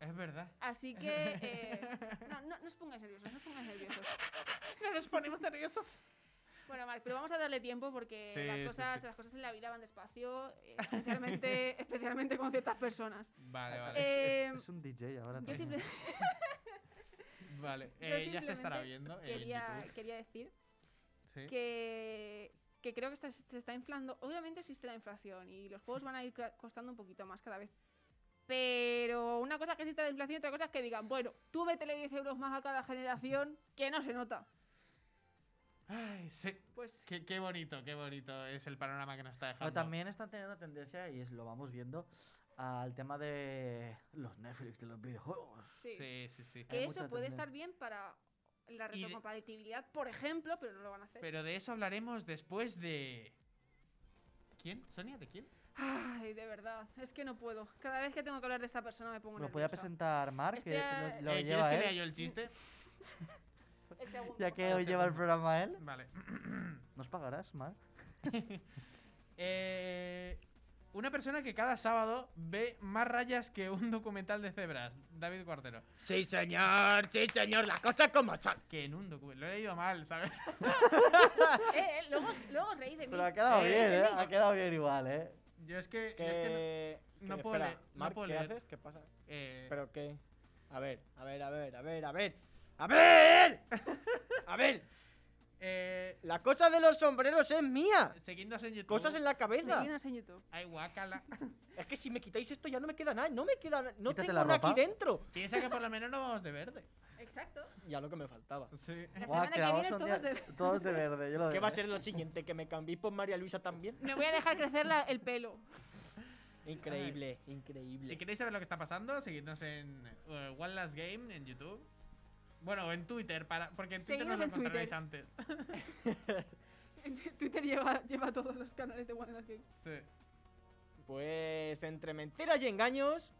Speaker 3: Es verdad.
Speaker 2: Así que...
Speaker 3: (laughs)
Speaker 2: eh, no, no, no os pongáis nerviosos, no os pongáis nerviosos.
Speaker 3: No nos ponemos nerviosos.
Speaker 2: Bueno, Marc, pero vamos a darle tiempo porque
Speaker 3: Sí,
Speaker 2: las,
Speaker 3: sí,
Speaker 2: cosas,
Speaker 3: sí.
Speaker 2: las cosas en la vida van despacio, eh, especialmente, (laughs) especialmente con ciertas personas.
Speaker 3: Vale, vale.
Speaker 2: Eh,
Speaker 4: es un DJ ahora.
Speaker 2: yo
Speaker 3: (laughs)
Speaker 4: también.
Speaker 2: simple-
Speaker 3: vale.
Speaker 2: yo
Speaker 3: Eh, ya se
Speaker 2: simplemente
Speaker 3: estará viendo en
Speaker 2: quería,
Speaker 3: YouTube.
Speaker 2: quería decir
Speaker 3: Sí.
Speaker 2: que, que creo que está- se está inflando. Obviamente existe la inflación y los juegos van a ir cla- costando un poquito más cada vez. Pero una cosa es que exista la inflación y otra cosa es que digan, bueno, tú métele 10 euros más a cada generación que no se nota.
Speaker 3: Ay, sí.
Speaker 2: Pues
Speaker 3: Qué, qué bonito, qué bonito es el panorama que nos está dejando.
Speaker 4: Pero también están teniendo tendencia, y es, lo vamos viendo, al tema de los Netflix, de los videojuegos.
Speaker 2: sí.
Speaker 3: Sí, sí, sí.
Speaker 2: Que
Speaker 4: Hay
Speaker 2: eso
Speaker 4: mucha
Speaker 2: puede
Speaker 4: tendencia.
Speaker 2: estar bien para la
Speaker 3: Y de-
Speaker 2: retrocompatibilidad, por ejemplo, pero no lo van a hacer.
Speaker 3: Pero de eso hablaremos después de. ¿Quién? ¿Sonia? ¿De quién?
Speaker 2: Ay, de verdad, es que no puedo. Cada vez que tengo que hablar de esta persona me pongo
Speaker 4: Lo podía
Speaker 2: nerviosa.
Speaker 4: presentar Mark,
Speaker 2: Este-
Speaker 4: que lo, lo
Speaker 3: Eh, ¿Quieres
Speaker 4: lleva
Speaker 3: que lea
Speaker 4: él,
Speaker 3: yo el chiste?
Speaker 2: El segundo.
Speaker 4: ya que
Speaker 3: el
Speaker 4: hoy lleva el
Speaker 3: segundo.
Speaker 4: programa él.
Speaker 3: Vale.
Speaker 4: ¿Nos pagarás, Mark?
Speaker 3: Eh, una persona que cada sábado ve más rayas que un documental de cebras, David Cuartero.
Speaker 7: Sí, señor, sí, señor, las cosas como son.
Speaker 3: Que en un documental. Lo he leído mal, ¿sabes?
Speaker 2: (laughs)
Speaker 3: (laughs)
Speaker 2: Eh, eh, luego, os- luego os reís de mí.
Speaker 4: Pero ha quedado
Speaker 3: Eh,
Speaker 4: bien, ¿eh?
Speaker 2: Enrico.
Speaker 4: Ha quedado bien igual, ¿eh?
Speaker 3: Yo es que. yo es que no-
Speaker 7: Que...
Speaker 3: no
Speaker 7: que-
Speaker 3: puedo
Speaker 7: espera,
Speaker 3: leer, no
Speaker 7: Marc,
Speaker 3: puedo
Speaker 7: ¿qué
Speaker 3: leer.
Speaker 7: haces? ¿Qué pasa?
Speaker 3: eh,
Speaker 7: ¿Pero qué? A ver, a ver, a ver, a ver, a ver. ¡A ver! A ver,
Speaker 3: eh,
Speaker 7: la cosa de los sombreros es mía.
Speaker 3: seguidnos en YouTube.
Speaker 7: Cosas en la cabeza.
Speaker 2: Seguidnos en YouTube.
Speaker 3: Ay, guácala.
Speaker 7: Es que si me quitáis esto ya no me queda nada. No me queda na- No
Speaker 4: Quítate
Speaker 7: tengo
Speaker 4: la
Speaker 7: nada
Speaker 4: ropa.
Speaker 7: aquí dentro.
Speaker 3: Piensa que por lo menos no vamos de verde.
Speaker 2: Exacto.
Speaker 7: Ya lo que me faltaba.
Speaker 3: Sí.
Speaker 2: La
Speaker 4: Guau,
Speaker 2: semana que
Speaker 4: quedamos
Speaker 2: viene
Speaker 4: un
Speaker 2: todos
Speaker 4: día-
Speaker 2: de...
Speaker 4: todos de verde.
Speaker 7: (laughs)
Speaker 4: Yo lo
Speaker 7: ¿Qué
Speaker 4: veo,
Speaker 7: va a
Speaker 4: ¿eh?
Speaker 7: ser lo siguiente? ¿Que me cambiéis por María Luisa también?
Speaker 2: Me voy a dejar crecer la- el pelo.
Speaker 7: Increíble,
Speaker 3: (laughs) Si
Speaker 7: increíble.
Speaker 3: queréis saber lo que está pasando, seguidnos en eh, One Last Game en YouTube. Bueno, o en Twitter, para, porque en Twitter
Speaker 2: Seguidnos
Speaker 3: nos lo
Speaker 2: en Twitter.
Speaker 3: encontraréis
Speaker 2: (laughs)
Speaker 3: antes.
Speaker 2: Twitter lleva, lleva todos los canales de One Last Game.
Speaker 3: Sí.
Speaker 7: Pues entre mentiras y engaños,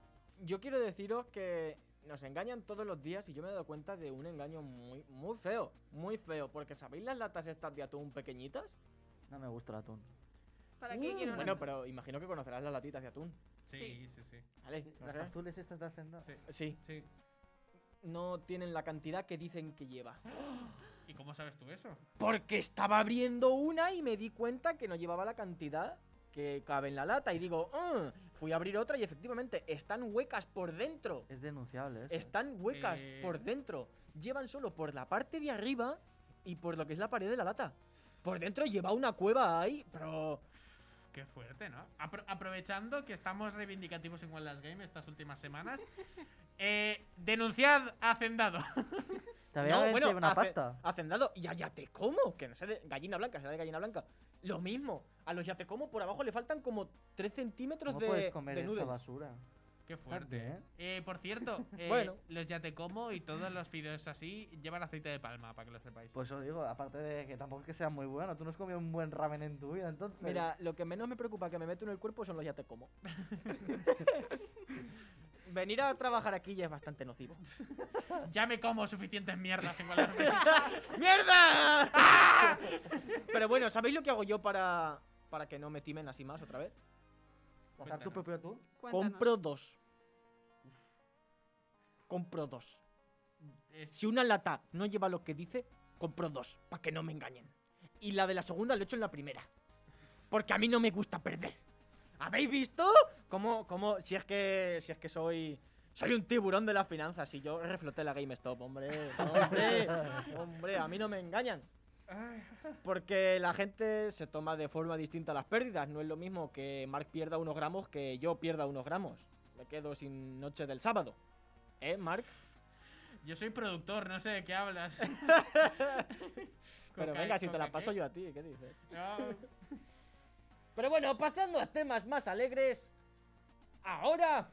Speaker 7: yo quiero deciros que nos engañan todos los días y yo me he dado cuenta de un engaño muy, muy feo. Muy feo, porque ¿sabéis las latas estas de atún pequeñitas?
Speaker 4: No me gusta el atún.
Speaker 2: ¿Para qué quiero una-
Speaker 7: Uh, Bueno, pero imagino que conocerás las latitas de atún.
Speaker 3: Sí, sí, sí.
Speaker 7: ¿Vale?
Speaker 4: Las azules estas de Hacenda.
Speaker 3: Sí.
Speaker 7: Sí,
Speaker 3: sí.
Speaker 7: no tienen la cantidad que dicen que lleva.
Speaker 3: ¿Y cómo sabes tú eso?
Speaker 7: Porque estaba abriendo una y me di cuenta que no llevaba la cantidad que cabe en la lata. Y digo, "Ah". fui a abrir otra y efectivamente están huecas por dentro.
Speaker 4: Es denunciable, eso, ¿eh?
Speaker 7: Están huecas
Speaker 3: Eh.
Speaker 7: por dentro. Llevan solo por la parte de arriba y por lo que es la pared de la lata. Por dentro lleva una cueva ahí, pero...
Speaker 3: Qué fuerte, ¿no? Apro- aprovechando que estamos reivindicativos en One Last Game estas últimas
Speaker 2: (laughs)
Speaker 3: semanas, eh, denunciad a Hacendado. (laughs)
Speaker 4: Te había
Speaker 7: No, bueno,
Speaker 4: una
Speaker 7: hace-
Speaker 4: pasta.
Speaker 7: Hacendado, y a Yate Como, que no sé, de gallina blanca, será de gallina blanca. Lo mismo, a los Yate Como por abajo le faltan como 3 centímetros
Speaker 4: ¿Cómo
Speaker 7: de,
Speaker 4: puedes comer
Speaker 7: de
Speaker 4: esa
Speaker 7: noodles.
Speaker 4: basura?
Speaker 3: Qué fuerte.
Speaker 4: Tarde,
Speaker 3: Eh, por
Speaker 7: (laughs)
Speaker 3: cierto, eh,
Speaker 7: Bueno.
Speaker 3: los ya te como y todos los fideos así llevan aceite de palma, para que lo sepáis.
Speaker 4: Pues os digo, aparte de que tampoco es que sea muy bueno, tú no has comido un buen ramen en tu vida, entonces.
Speaker 7: Mira, lo que menos me preocupa que me meto en el cuerpo son los Yate (laughs) Como. Venir a trabajar aquí ya es bastante nocivo.
Speaker 3: Ya me como suficientes mierdas en One
Speaker 7: (laughs)
Speaker 3: Last Game.
Speaker 7: ¡Mierda! Pero bueno, ¿sabéis lo que hago yo para, para que no me timen así más otra vez?
Speaker 4: ¿Hacer tu
Speaker 3: cuéntanos.
Speaker 4: propio atún?
Speaker 2: Cuéntanos.
Speaker 7: Compro dos. Compro dos.
Speaker 3: Es-
Speaker 7: Si una lata no lleva lo que dice, compro dos, para que no me engañen. Y la de la segunda lo echo en la primera. Porque a mí no me gusta perder. ¿Habéis visto? Como, como, si es que, si es que soy... Soy un tiburón de las finanzas y yo refloté la GameStop, hombre. Hombre, hombre, a mí no me engañan.
Speaker 3: Ay.
Speaker 7: Porque la gente se toma de forma distinta las pérdidas. No es lo mismo que Mark pierda unos gramos que yo pierda unos gramos. Me quedo sin noche del sábado. ¿Eh, Mark?
Speaker 3: Yo soy productor, no sé de qué hablas.
Speaker 7: (laughs) Pero
Speaker 3: Coca-
Speaker 7: venga, si te la
Speaker 3: coca-
Speaker 7: paso
Speaker 3: ¿qué?
Speaker 7: yo a ti, ¿qué dices?
Speaker 3: No,
Speaker 7: Pero bueno, pasando a temas más alegres. Ahora.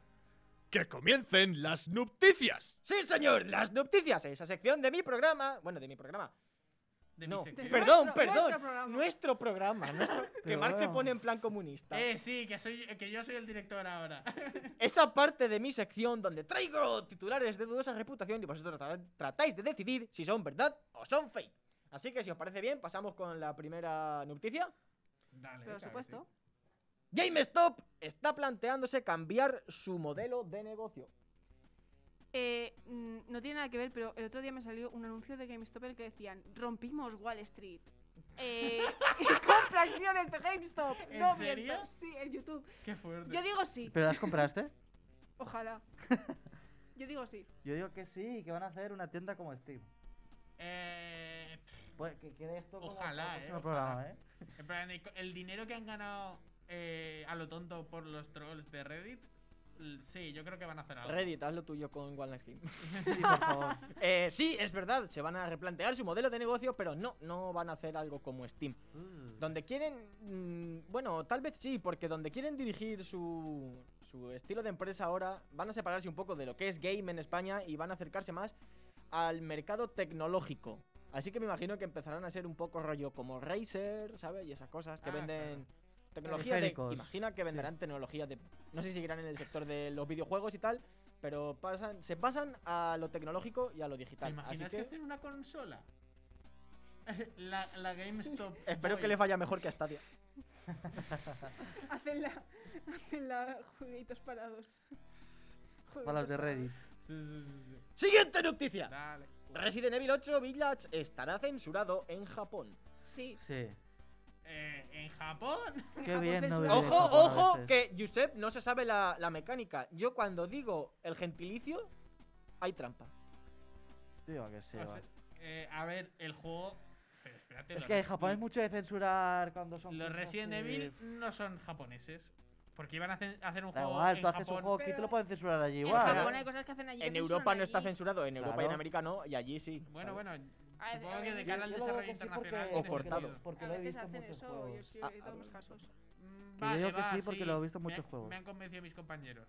Speaker 5: ¡Que comiencen las nupticias!
Speaker 7: Sí, señor, las noticias. Esa sección de mi programa. Bueno, de mi programa.
Speaker 3: de
Speaker 7: No,
Speaker 3: mi sección.
Speaker 2: per-
Speaker 7: Perdón,
Speaker 2: Nuestro-
Speaker 7: perdón.
Speaker 2: nuestro programa.
Speaker 7: Nuestro programa.
Speaker 2: (laughs)
Speaker 7: nuestro- que
Speaker 4: Pero
Speaker 7: Mark se
Speaker 4: bueno.
Speaker 7: pone en plan comunista.
Speaker 3: Eh, sí, que, soy, que yo soy el director ahora. (laughs)
Speaker 7: Esa parte de mi sección donde traigo titulares de dudosa reputación y vosotros tra- tratáis de decidir si son verdad o son fake. Así que si os parece bien, pasamos con la primera noticia.
Speaker 3: Dale. claro
Speaker 2: Por
Speaker 3: que
Speaker 2: supuesto.
Speaker 7: GameStop está planteándose cambiar su modelo de negocio.
Speaker 2: Eh, mm, no tiene nada que ver, pero el otro día me salió un anuncio de GameStop en el que decían rompimos Wall Street.
Speaker 7: (laughs)
Speaker 2: Eh, (laughs) compra acciones de GameStop.
Speaker 3: ¿En
Speaker 2: no
Speaker 3: serio?
Speaker 2: miento. Sí, en YouTube.
Speaker 3: sí. Qué fuerte.
Speaker 2: Yo digo sí.
Speaker 4: ¿Pero las compraste?
Speaker 7: (laughs)
Speaker 2: Ojalá. Yo digo sí.
Speaker 4: Yo digo que sí, que van a hacer una tienda como Steam.
Speaker 3: Eh, pff,
Speaker 4: Pues que quede esto como
Speaker 3: Ojalá,
Speaker 4: para
Speaker 3: eh,
Speaker 4: el próximo
Speaker 3: ojalá.
Speaker 4: programa, ¿eh?
Speaker 3: en plan, el dinero que han ganado eh, a lo tonto por los trolls de Reddit, L- Sí, yo creo que van a hacer algo.
Speaker 7: Reddit, haz lo tuyo con One Life Game.
Speaker 4: Sí, por favor.
Speaker 7: (laughs) Eh, sí, es verdad, se van a replantear su modelo de negocio, pero no, no van a hacer algo como Steam.
Speaker 4: Uh.
Speaker 7: Donde quieren. mm, Bueno, tal vez sí, porque donde quieren dirigir su, su estilo de empresa ahora, van a separarse un poco de lo que es game en España y van a acercarse más al mercado tecnológico. Así que me imagino que empezarán a ser un poco rollo como Razer, ¿sabes? Y esas cosas que
Speaker 3: Ah,
Speaker 7: venden. Tecnología de.
Speaker 4: Periféricos.
Speaker 7: Imagina que venderán tecnología de. No sé si seguirán en el sector de los videojuegos y tal, pero pasan, se pasan a lo tecnológico y a lo
Speaker 3: ¿Te
Speaker 7: digital. Así
Speaker 3: imaginas que... este
Speaker 7: que.
Speaker 3: hacen una consola? (laughs) La, la
Speaker 4: (laughs)
Speaker 3: GameStop.
Speaker 7: Espero
Speaker 3: Boy.
Speaker 7: que les vaya mejor que a Stadia.
Speaker 2: Hacen la, hacen la jueguitos parados.
Speaker 7: (laughs)
Speaker 2: Jueguitos
Speaker 4: Para los de
Speaker 2: parados.
Speaker 4: Reddit.
Speaker 3: Sí, sí, sí, sí.
Speaker 7: ¡Siguiente noticia!
Speaker 3: Dale.
Speaker 7: Resident Evil 8 Village estará censurado en Japón.
Speaker 2: Sí.
Speaker 4: Sí.
Speaker 3: Eh, en Japón.
Speaker 4: Qué
Speaker 2: Japón
Speaker 4: bien, no
Speaker 2: censurado.
Speaker 4: ver eso
Speaker 7: Ojo,
Speaker 4: por
Speaker 7: ojo,
Speaker 4: veces.
Speaker 7: que Josep no se sabe la, la mecánica. Yo cuando digo el gentilicio, hay trampa.
Speaker 4: Digo que (laughs) sí,
Speaker 3: O
Speaker 4: va.
Speaker 3: sea, eh, a ver, el juego. Pero espérate.
Speaker 4: Es
Speaker 3: lo
Speaker 4: que en
Speaker 3: res-
Speaker 4: Japón es mucho de censurar cuando son.
Speaker 3: Los
Speaker 4: cosas
Speaker 3: Resident
Speaker 4: así.
Speaker 3: Evil no son japoneses. Porque iban a hacer, a hacer un
Speaker 4: Da
Speaker 3: juego.
Speaker 4: igual,
Speaker 3: en
Speaker 4: tú haces
Speaker 3: Japón.
Speaker 4: un juego aquí y te lo pueden censurar allí
Speaker 2: En
Speaker 4: igual.
Speaker 2: Japón hay cosas que hacen allí. que
Speaker 7: En
Speaker 2: censuran
Speaker 7: Europa no está
Speaker 2: allí.
Speaker 7: censurado, en Europa y en
Speaker 4: Claro.
Speaker 7: América no, y allí sí.
Speaker 3: Bueno,
Speaker 7: ¿sabes?
Speaker 3: bueno.
Speaker 2: A ver,
Speaker 3: Supongo que de
Speaker 2: obviamente-
Speaker 3: cara al
Speaker 4: Yo lo
Speaker 3: desarrollo
Speaker 4: hago así porque-
Speaker 3: internacional.
Speaker 7: O
Speaker 3: tiene
Speaker 7: cortado.
Speaker 3: sentido.
Speaker 4: Porque
Speaker 2: A
Speaker 4: lo he
Speaker 2: veces
Speaker 4: visto en
Speaker 2: hacen
Speaker 4: muchos
Speaker 2: eso, yo
Speaker 4: juegos.
Speaker 2: sí he
Speaker 7: Ah,
Speaker 2: visto
Speaker 7: ah,
Speaker 2: unos
Speaker 7: bueno.
Speaker 2: casos.
Speaker 3: Mm,
Speaker 4: Que
Speaker 3: Vale,
Speaker 4: yo digo que
Speaker 3: va,
Speaker 4: sí, porque lo he visto en
Speaker 3: Me-
Speaker 4: muchos juegos.
Speaker 3: Me han convencido mis compañeros.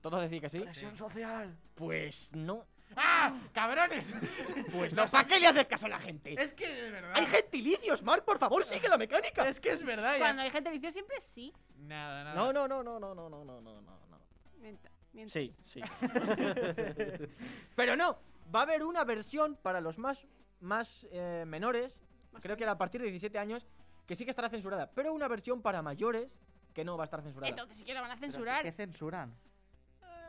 Speaker 7: Todos decís que sí.
Speaker 4: Presión social.
Speaker 7: Pues no.
Speaker 3: ¡Ah! ¡Cabrones!
Speaker 7: (laughs)
Speaker 3: (laughs)
Speaker 7: Pues no. ¿Para qué le haces caso a la gente?
Speaker 3: es que de verdad.
Speaker 7: Hay gentilicios, Mark, por favor, sigue la mecánica.
Speaker 3: Es que es verdad. ya-
Speaker 2: Cuando hay gente viciosa siempre sí.
Speaker 3: Nada, nada.
Speaker 7: No, no, no, no, no, no, no, no, no, no, no.
Speaker 2: Mienta-
Speaker 7: Sí,
Speaker 2: mientras.
Speaker 7: sí. (laughs) Pero no, va a haber una versión para los más, más eh, menores,
Speaker 2: Más
Speaker 7: creo que era a partir de 17 años, que sí que estará censurada, pero una versión para mayores que no va a estar censurada.
Speaker 2: Entonces sí que la van a
Speaker 4: ¿Pero
Speaker 2: censurar.
Speaker 4: ¿Qué censuran?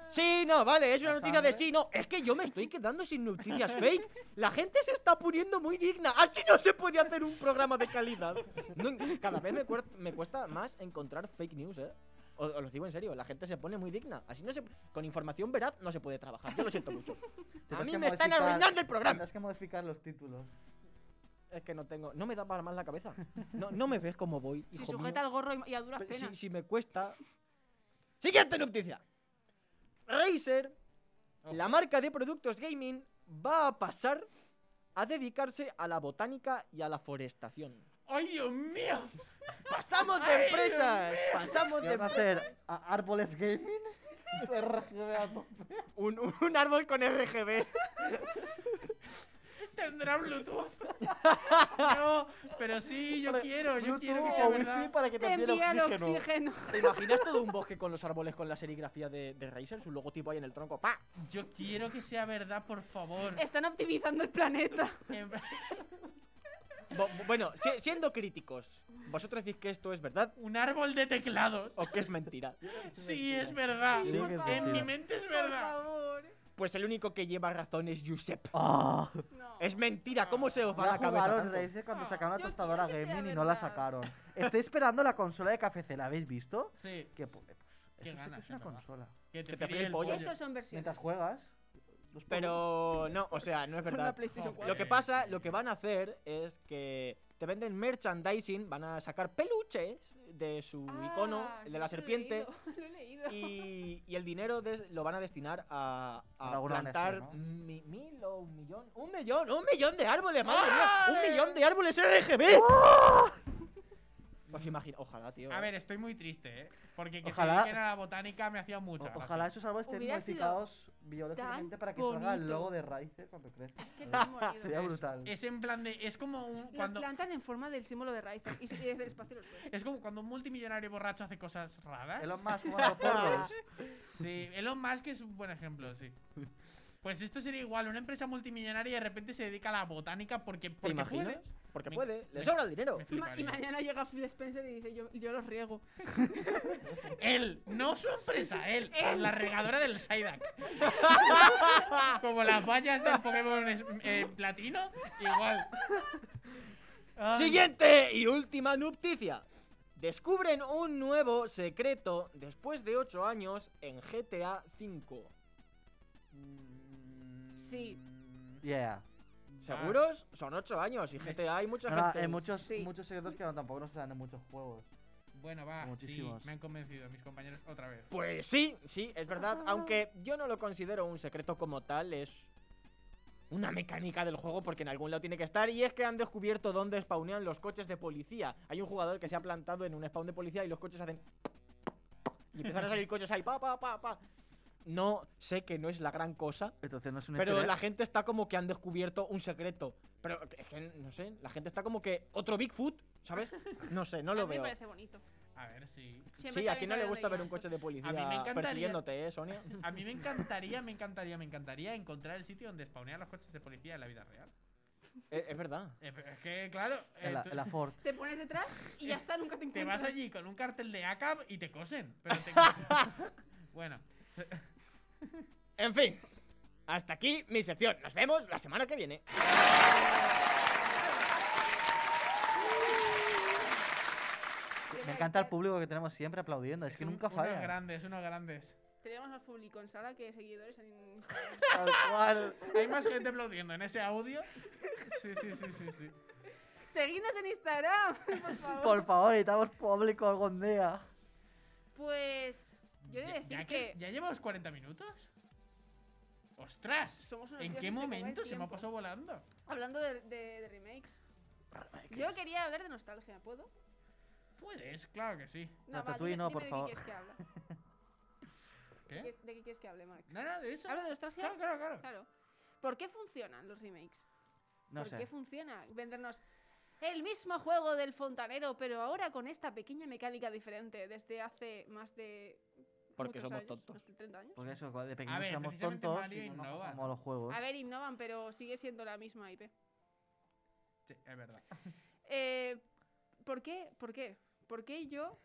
Speaker 7: Sí, no, vale, es una
Speaker 4: ¿La
Speaker 7: noticia de
Speaker 4: sangre?
Speaker 7: sí, no. Es que yo me estoy quedando sin noticias fake. La gente se está poniendo muy digna. Así no se puede hacer un programa de calidad. No, cada vez me, cuer- me cuesta más encontrar fake news, ¿eh? Os, os lo digo en serio, la gente se pone muy digna. Así no se, con información veraz no se puede trabajar. Yo lo siento mucho. A
Speaker 4: Tendrás
Speaker 7: mí
Speaker 4: que
Speaker 7: me están
Speaker 4: modificar-
Speaker 7: arruinando el programa.
Speaker 4: Tendrás que modificar los títulos.
Speaker 7: Es que no tengo, no me da para más la cabeza. No, no me ves cómo voy.
Speaker 2: Si
Speaker 7: hijo mío.
Speaker 2: sujeta el gorro y- y a duras
Speaker 7: Pe- Si,
Speaker 2: penas.
Speaker 7: si me cuesta. Siguiente noticia. Razer,
Speaker 3: Ojo.
Speaker 7: la marca de productos gaming, va a pasar a dedicarse a la botánica y a la forestación.
Speaker 3: ¡Ay, Dios mío! (laughs)
Speaker 7: ¡Pasamos de empresas! ¡Pasamos
Speaker 4: ¿Qué
Speaker 7: de
Speaker 4: van a hacer? ¿A- ¿Árboles gaming? RGB a tope.
Speaker 7: un, un árbol con RGB!
Speaker 3: Tendrá
Speaker 7: (laughs)
Speaker 3: Bluetooth. no, pero sí, yo quiero, yo quiero que
Speaker 4: Bluetooth
Speaker 3: sea
Speaker 4: o wifi
Speaker 3: verdad.
Speaker 4: para que
Speaker 2: Te
Speaker 4: te envíe
Speaker 2: envían
Speaker 4: oxígeno.
Speaker 7: (laughs)
Speaker 2: oxígeno.
Speaker 7: ¿Te imaginas todo un bosque con los árboles con la serigrafía de, de Razer? Su logotipo ahí en el tronco. ¡Pa!
Speaker 3: Yo quiero que sea verdad, por favor.
Speaker 2: Están optimizando el
Speaker 7: (laughs)
Speaker 2: planeta.
Speaker 3: Em,
Speaker 7: Bo- bueno, si- siendo críticos, ¿vosotros decís que esto es verdad
Speaker 3: Un árbol de teclados.
Speaker 7: o que es mentira?
Speaker 3: Sí, es verdad.
Speaker 4: Sí, por
Speaker 3: en
Speaker 4: favor.
Speaker 3: mi mente es
Speaker 2: Por
Speaker 3: verdad.
Speaker 2: favor.
Speaker 7: Pues el único que lleva razón es Giuseppe.
Speaker 4: Ah.
Speaker 2: No.
Speaker 7: Es mentira,
Speaker 2: Ah.
Speaker 7: ¿cómo se os va
Speaker 4: Ya
Speaker 7: la cabeza?
Speaker 4: jugaron
Speaker 7: tanto?
Speaker 4: Razer cuando
Speaker 3: Ah,
Speaker 4: sacaron la
Speaker 2: yo
Speaker 4: tostadora
Speaker 2: quiero que sea
Speaker 4: gaming y no la
Speaker 2: verdad.
Speaker 4: sacaron. Estoy esperando la consola de café, ¿la habéis visto?
Speaker 3: Sí.
Speaker 4: Que po- pues,
Speaker 3: Qué
Speaker 4: eso sí que
Speaker 3: ganas,
Speaker 4: es una
Speaker 3: en verdad.
Speaker 4: consola.
Speaker 3: Que
Speaker 7: te fríe el pollo.
Speaker 2: Eso son versiones.
Speaker 4: Mientras juegas. los
Speaker 7: Pero no, o sea,
Speaker 4: (laughs)
Speaker 7: no es verdad.
Speaker 3: PlayStation
Speaker 7: Lo que pasa, lo que van a hacer es que te venden merchandising, van a sacar peluches de su icono,
Speaker 2: Ah,
Speaker 7: el
Speaker 2: sí,
Speaker 7: de la
Speaker 2: eso lo he
Speaker 7: serpiente,
Speaker 2: leído, (laughs) Lo he leído.
Speaker 7: y, y el dinero de- lo van a destinar a, a
Speaker 4: Para alguna ONG,
Speaker 7: plantar
Speaker 4: ¿no?
Speaker 7: mi- mil o un millón, un millón, un millón de árboles, madre mía,
Speaker 2: ¡Ah!
Speaker 3: ¡Vale!
Speaker 7: un millón de árboles RGB. Pues imagina, ojalá, tío.
Speaker 3: A ver, estoy muy triste, ¿eh? Porque que se
Speaker 4: Ojalá-
Speaker 3: dediquen a la botánica me hacía
Speaker 4: O-
Speaker 3: mucha gracia.
Speaker 4: ojalá esos árboles estén
Speaker 2: Hubiera sido
Speaker 4: modificados biológicamente para que salga el
Speaker 2: bonito.
Speaker 4: logo de Razer cuando crezca.
Speaker 2: Es que te has
Speaker 7: (laughs)
Speaker 2: morido.
Speaker 4: Sería
Speaker 3: Es-
Speaker 4: brutal.
Speaker 3: Es en plan de. Es como un.
Speaker 2: Los
Speaker 3: Cuando,
Speaker 2: plantan en forma del símbolo de Razer y se y del espacio los ves.
Speaker 3: es como cuando un multimillonario borracho hace cosas raras.
Speaker 4: Elon Musk jugando porros.
Speaker 2: (laughs)
Speaker 3: Sí, Elon Musk es un buen ejemplo,
Speaker 4: (laughs)
Speaker 3: sí. Pues esto sería igual, una empresa multimillonaria y de repente se dedica a la botánica porque,
Speaker 7: ¿Te
Speaker 3: porque
Speaker 7: imaginas?
Speaker 3: puede.
Speaker 7: Porque
Speaker 3: Me-
Speaker 7: puede, le
Speaker 3: me-
Speaker 7: sobra el dinero.
Speaker 3: Me
Speaker 2: Y ma- Y
Speaker 3: fliparía.
Speaker 2: mañana llega Phil Spencer y dice, yo, yo los riego.
Speaker 3: Él, no su empresa, él. La regadora del
Speaker 4: (laughs)
Speaker 3: Psyduck. Como las vallas del Pokémon es- eh, platino, igual. Ay,
Speaker 7: Siguiente y última noticia. Descubren un nuevo secreto después de 8 años en GTA V. Mm,
Speaker 2: Sí.
Speaker 3: Ah.
Speaker 4: Yeah.
Speaker 7: ¿Seguros? Son 8 años y GTA hay mucha
Speaker 4: No, no,
Speaker 7: gente.
Speaker 4: hay muchos,
Speaker 2: Sí.
Speaker 4: muchos secretos que no, tampoco no se saben de muchos juegos.
Speaker 3: Bueno, va,
Speaker 4: Muchísimos.
Speaker 3: sí, me han convencido mis compañeros otra vez.
Speaker 7: Pues sí, sí, es verdad.
Speaker 2: Ah.
Speaker 7: Aunque yo no lo considero un secreto como tal, es una mecánica del juego porque en algún lado tiene que estar. Y es que han descubierto dónde spawnean los coches de policía. Hay un jugador que se ha plantado en un spawn de policía y los coches hacen. (laughs) Y empiezan a salir coches ahí, pa, pa, pa, pa. No sé que no es la gran cosa,
Speaker 4: Entonces no es un
Speaker 7: pero
Speaker 4: easter
Speaker 7: la
Speaker 4: egg.
Speaker 7: gente está como que han descubierto un secreto. Pero es que, no sé, la gente está como que otro Bigfoot, ¿sabes? No sé, no
Speaker 2: (laughs) a
Speaker 7: lo
Speaker 2: mí me
Speaker 7: veo.
Speaker 2: parece bonito.
Speaker 3: A ver, sí.
Speaker 2: Siempre
Speaker 7: Sí,
Speaker 2: está
Speaker 7: a
Speaker 2: bien
Speaker 7: quien no le
Speaker 2: saber
Speaker 7: gusta
Speaker 2: dónde
Speaker 7: ver un
Speaker 2: llegan
Speaker 7: coche de policía
Speaker 3: A mí me encantaría-
Speaker 7: persiguiéndote, ¿eh, Sonia?
Speaker 3: A mí me encantaría, me encantaría, me encantaría encontrar el sitio donde spawnean los coches de policía en la vida real.
Speaker 7: (laughs) Eh, es verdad.
Speaker 3: Eh, pero es que, claro, eh,
Speaker 4: En la,
Speaker 3: tú- (laughs)
Speaker 4: en la Ford.
Speaker 2: Te pones detrás y ya está, nunca te
Speaker 3: te
Speaker 2: encuentras.
Speaker 3: vas allí con un cartel de ACAB y te cosen. Pero te...
Speaker 4: (laughs)
Speaker 3: bueno, se-
Speaker 7: En fin, hasta aquí mi sección. Nos vemos la semana que viene.
Speaker 4: Me encanta el público que tenemos siempre aplaudiendo. Es, que, nunca
Speaker 3: un- Unos
Speaker 4: falla.
Speaker 3: grandes, unos grandes.
Speaker 2: Tenemos más público en sala que seguidores en Instagram. (laughs)
Speaker 4: Tal cual.
Speaker 3: Hay más gente aplaudiendo en ese audio. Sí, sí, sí, sí, sí.
Speaker 2: Seguidnos en Instagram, (laughs) por favor.
Speaker 4: Por favor, necesitamos público algún día.
Speaker 2: Pues yo he de
Speaker 3: Ya-
Speaker 2: decir
Speaker 3: ya
Speaker 2: que...
Speaker 3: ¿Ya llevamos 40 minutos? ¡Ostras!
Speaker 2: Somos unos
Speaker 3: ¿En
Speaker 2: dioses
Speaker 3: qué
Speaker 2: de comer
Speaker 3: momento se me ha
Speaker 2: tiempo.
Speaker 3: pasado volando?
Speaker 2: Hablando de, de- de remakes. Yo quería hablar de nostalgia, ¿puedo?
Speaker 3: Puedes, claro que sí.
Speaker 4: Ratatouille
Speaker 2: dime-
Speaker 4: no,
Speaker 2: dime
Speaker 4: por
Speaker 2: de
Speaker 4: favor.
Speaker 2: Qué quieres que hable.
Speaker 3: ¿Qué?
Speaker 2: ¿De qué quieres que hable, Marc?
Speaker 3: No, no, de eso.
Speaker 2: ¿Hablo de nostalgia?
Speaker 3: Claro, claro, claro.
Speaker 2: Claro. ¿Por qué funcionan los remakes?
Speaker 4: No
Speaker 2: ¿Por qué
Speaker 4: sé.
Speaker 2: funciona? Vendernos el mismo juego del fontanero, pero ahora con esta pequeña mecánica diferente desde hace más de.
Speaker 7: Porque
Speaker 2: muchos
Speaker 7: somos
Speaker 2: años,
Speaker 7: tontos.
Speaker 2: más de 30 años.
Speaker 4: Porque eso, de pequeños
Speaker 3: ver,
Speaker 4: éramos
Speaker 3: precisamente
Speaker 4: tontos
Speaker 3: Mario
Speaker 4: y no nos
Speaker 3: innova.
Speaker 4: pasamos los juegos.
Speaker 2: A ver, innovan, pero sigue siendo la misma IP.
Speaker 3: Sí, es verdad.
Speaker 2: Eh, ¿Por qué? ¿Por qué? ¿Por qué yo?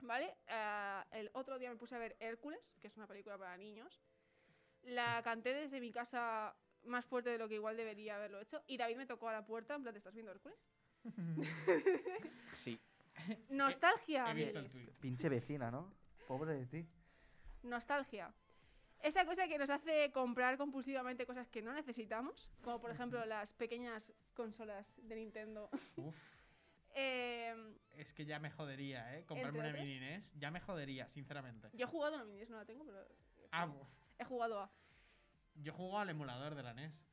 Speaker 2: ¿Vale? Ah, el otro día me puse a ver Hércules, que es una película para niños. La canté desde mi casa más fuerte de lo que igual debería haberlo hecho. Y David me tocó a la puerta en plan, ¿te estás viendo Hércules?
Speaker 7: Sí.
Speaker 2: Nostalgia,
Speaker 3: He visto el
Speaker 2: amigues.
Speaker 3: tweet.
Speaker 4: Pinche vecina, ¿no? Pobre de ti.
Speaker 2: nostalgia. Esa cosa que nos hace comprar compulsivamente cosas que no necesitamos, como por ejemplo las pequeñas consolas de Nintendo. (laughs)
Speaker 3: Uf,
Speaker 2: Eh,
Speaker 3: es que ya me jodería, ¿eh? Comprarme una
Speaker 2: otras?
Speaker 3: mini NES, ya me jodería, sinceramente.
Speaker 2: yo he jugado a la mini NES, no la tengo, pero
Speaker 3: Ah, bu-
Speaker 2: he jugado a.
Speaker 3: yo juego al emulador de la
Speaker 2: (laughs)
Speaker 3: NES.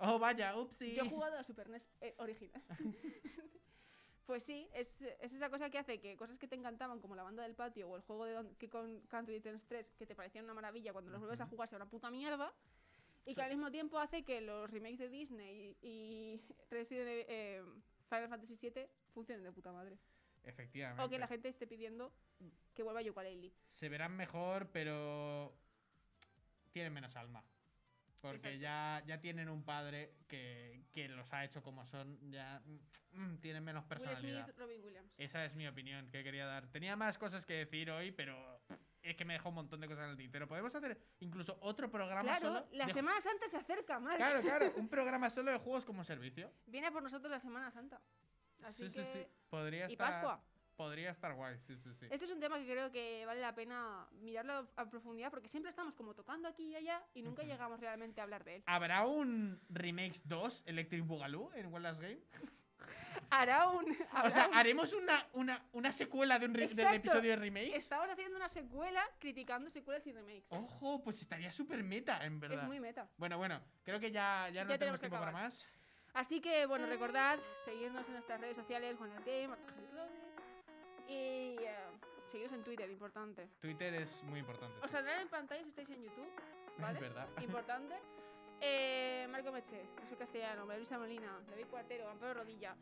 Speaker 3: oh, vaya, upsi.
Speaker 2: Yo he jugado a la Super NES eh,
Speaker 3: (laughs)
Speaker 2: original. (laughs) pues sí, es, es esa cosa que hace que cosas que te encantaban, como la banda del patio o el juego de Donkey Kong Country Returns 3, que te parecían una maravilla, cuando los vuelves a jugar sea una puta mierda. Y que al mismo tiempo hace que los remakes de Disney y, y (laughs) Resident Evil- eh, Final Fantasy VII funcionen de puta madre.
Speaker 3: Efectivamente.
Speaker 2: O que la gente esté pidiendo que vuelva Yooka-Laylee.
Speaker 3: Se verán mejor, pero tienen menos alma. Porque
Speaker 2: Exacto.
Speaker 3: ya, ya tienen un padre que, que los ha hecho como son, ya mm, mm, tienen menos
Speaker 2: Will
Speaker 3: personalidad. Eh,
Speaker 2: Smith, Robin Williams.
Speaker 3: Esa es mi opinión que quería dar. Tenía más cosas que decir hoy, pero es que me dejó un montón de cosas en el tintero. Podemos hacer incluso otro programa
Speaker 2: Claro,
Speaker 3: solo.
Speaker 2: la
Speaker 3: de-
Speaker 2: Semana Santa se acerca, Marc.
Speaker 3: Claro,
Speaker 2: (laughs)
Speaker 3: claro, un programa solo de juegos como servicio.
Speaker 2: Viene a por nosotros la Semana Santa. Así
Speaker 3: sí,
Speaker 2: que...
Speaker 3: sí, sí. Podría
Speaker 2: Y
Speaker 3: estar,
Speaker 2: Pascua.
Speaker 3: Podría estar guay, sí, sí, sí.
Speaker 2: Este es un tema que creo que vale la pena mirarlo a profundidad porque siempre estamos como tocando aquí y allá y nunca
Speaker 3: Ujú.
Speaker 2: llegamos realmente a hablar de él.
Speaker 3: ¿Habrá un Remakes 2 Electric Boogaloo en Wallace Game?
Speaker 2: Hará un. habrá
Speaker 3: Ah. O sea,
Speaker 2: un-
Speaker 3: haremos una, una, una secuela de un re- del
Speaker 2: Exacto.
Speaker 3: episodio de Remakes.
Speaker 2: estamos haciendo una secuela criticando secuelas y remakes.
Speaker 3: Ojo, pues estaría súper meta, en verdad.
Speaker 2: es muy meta.
Speaker 3: Bueno, bueno, creo que ya, ya no
Speaker 2: Ya tenemos
Speaker 3: tenemos
Speaker 2: que
Speaker 3: tiempo para
Speaker 2: acabar.
Speaker 3: más.
Speaker 2: Así que, bueno, recordad seguirnos en nuestras redes sociales: Juanas Game, Arcángeles Lode, y eh, seguiros en Twitter, importante.
Speaker 3: Twitter es muy importante.
Speaker 2: Os
Speaker 3: sí.
Speaker 2: saldrán en pantalla si estáis en YouTube, ¿vale?
Speaker 3: Es verdad.
Speaker 2: importante. Eh, Marco Meche, Jesús Castellano, María Luisa Molina, David Cuartero, Amparo Rodilla.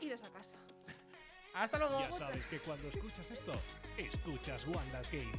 Speaker 2: Idos a casa.
Speaker 3: Hasta luego.
Speaker 1: Ya sabes que cuando escuchas esto, escuchas Wanda's Game.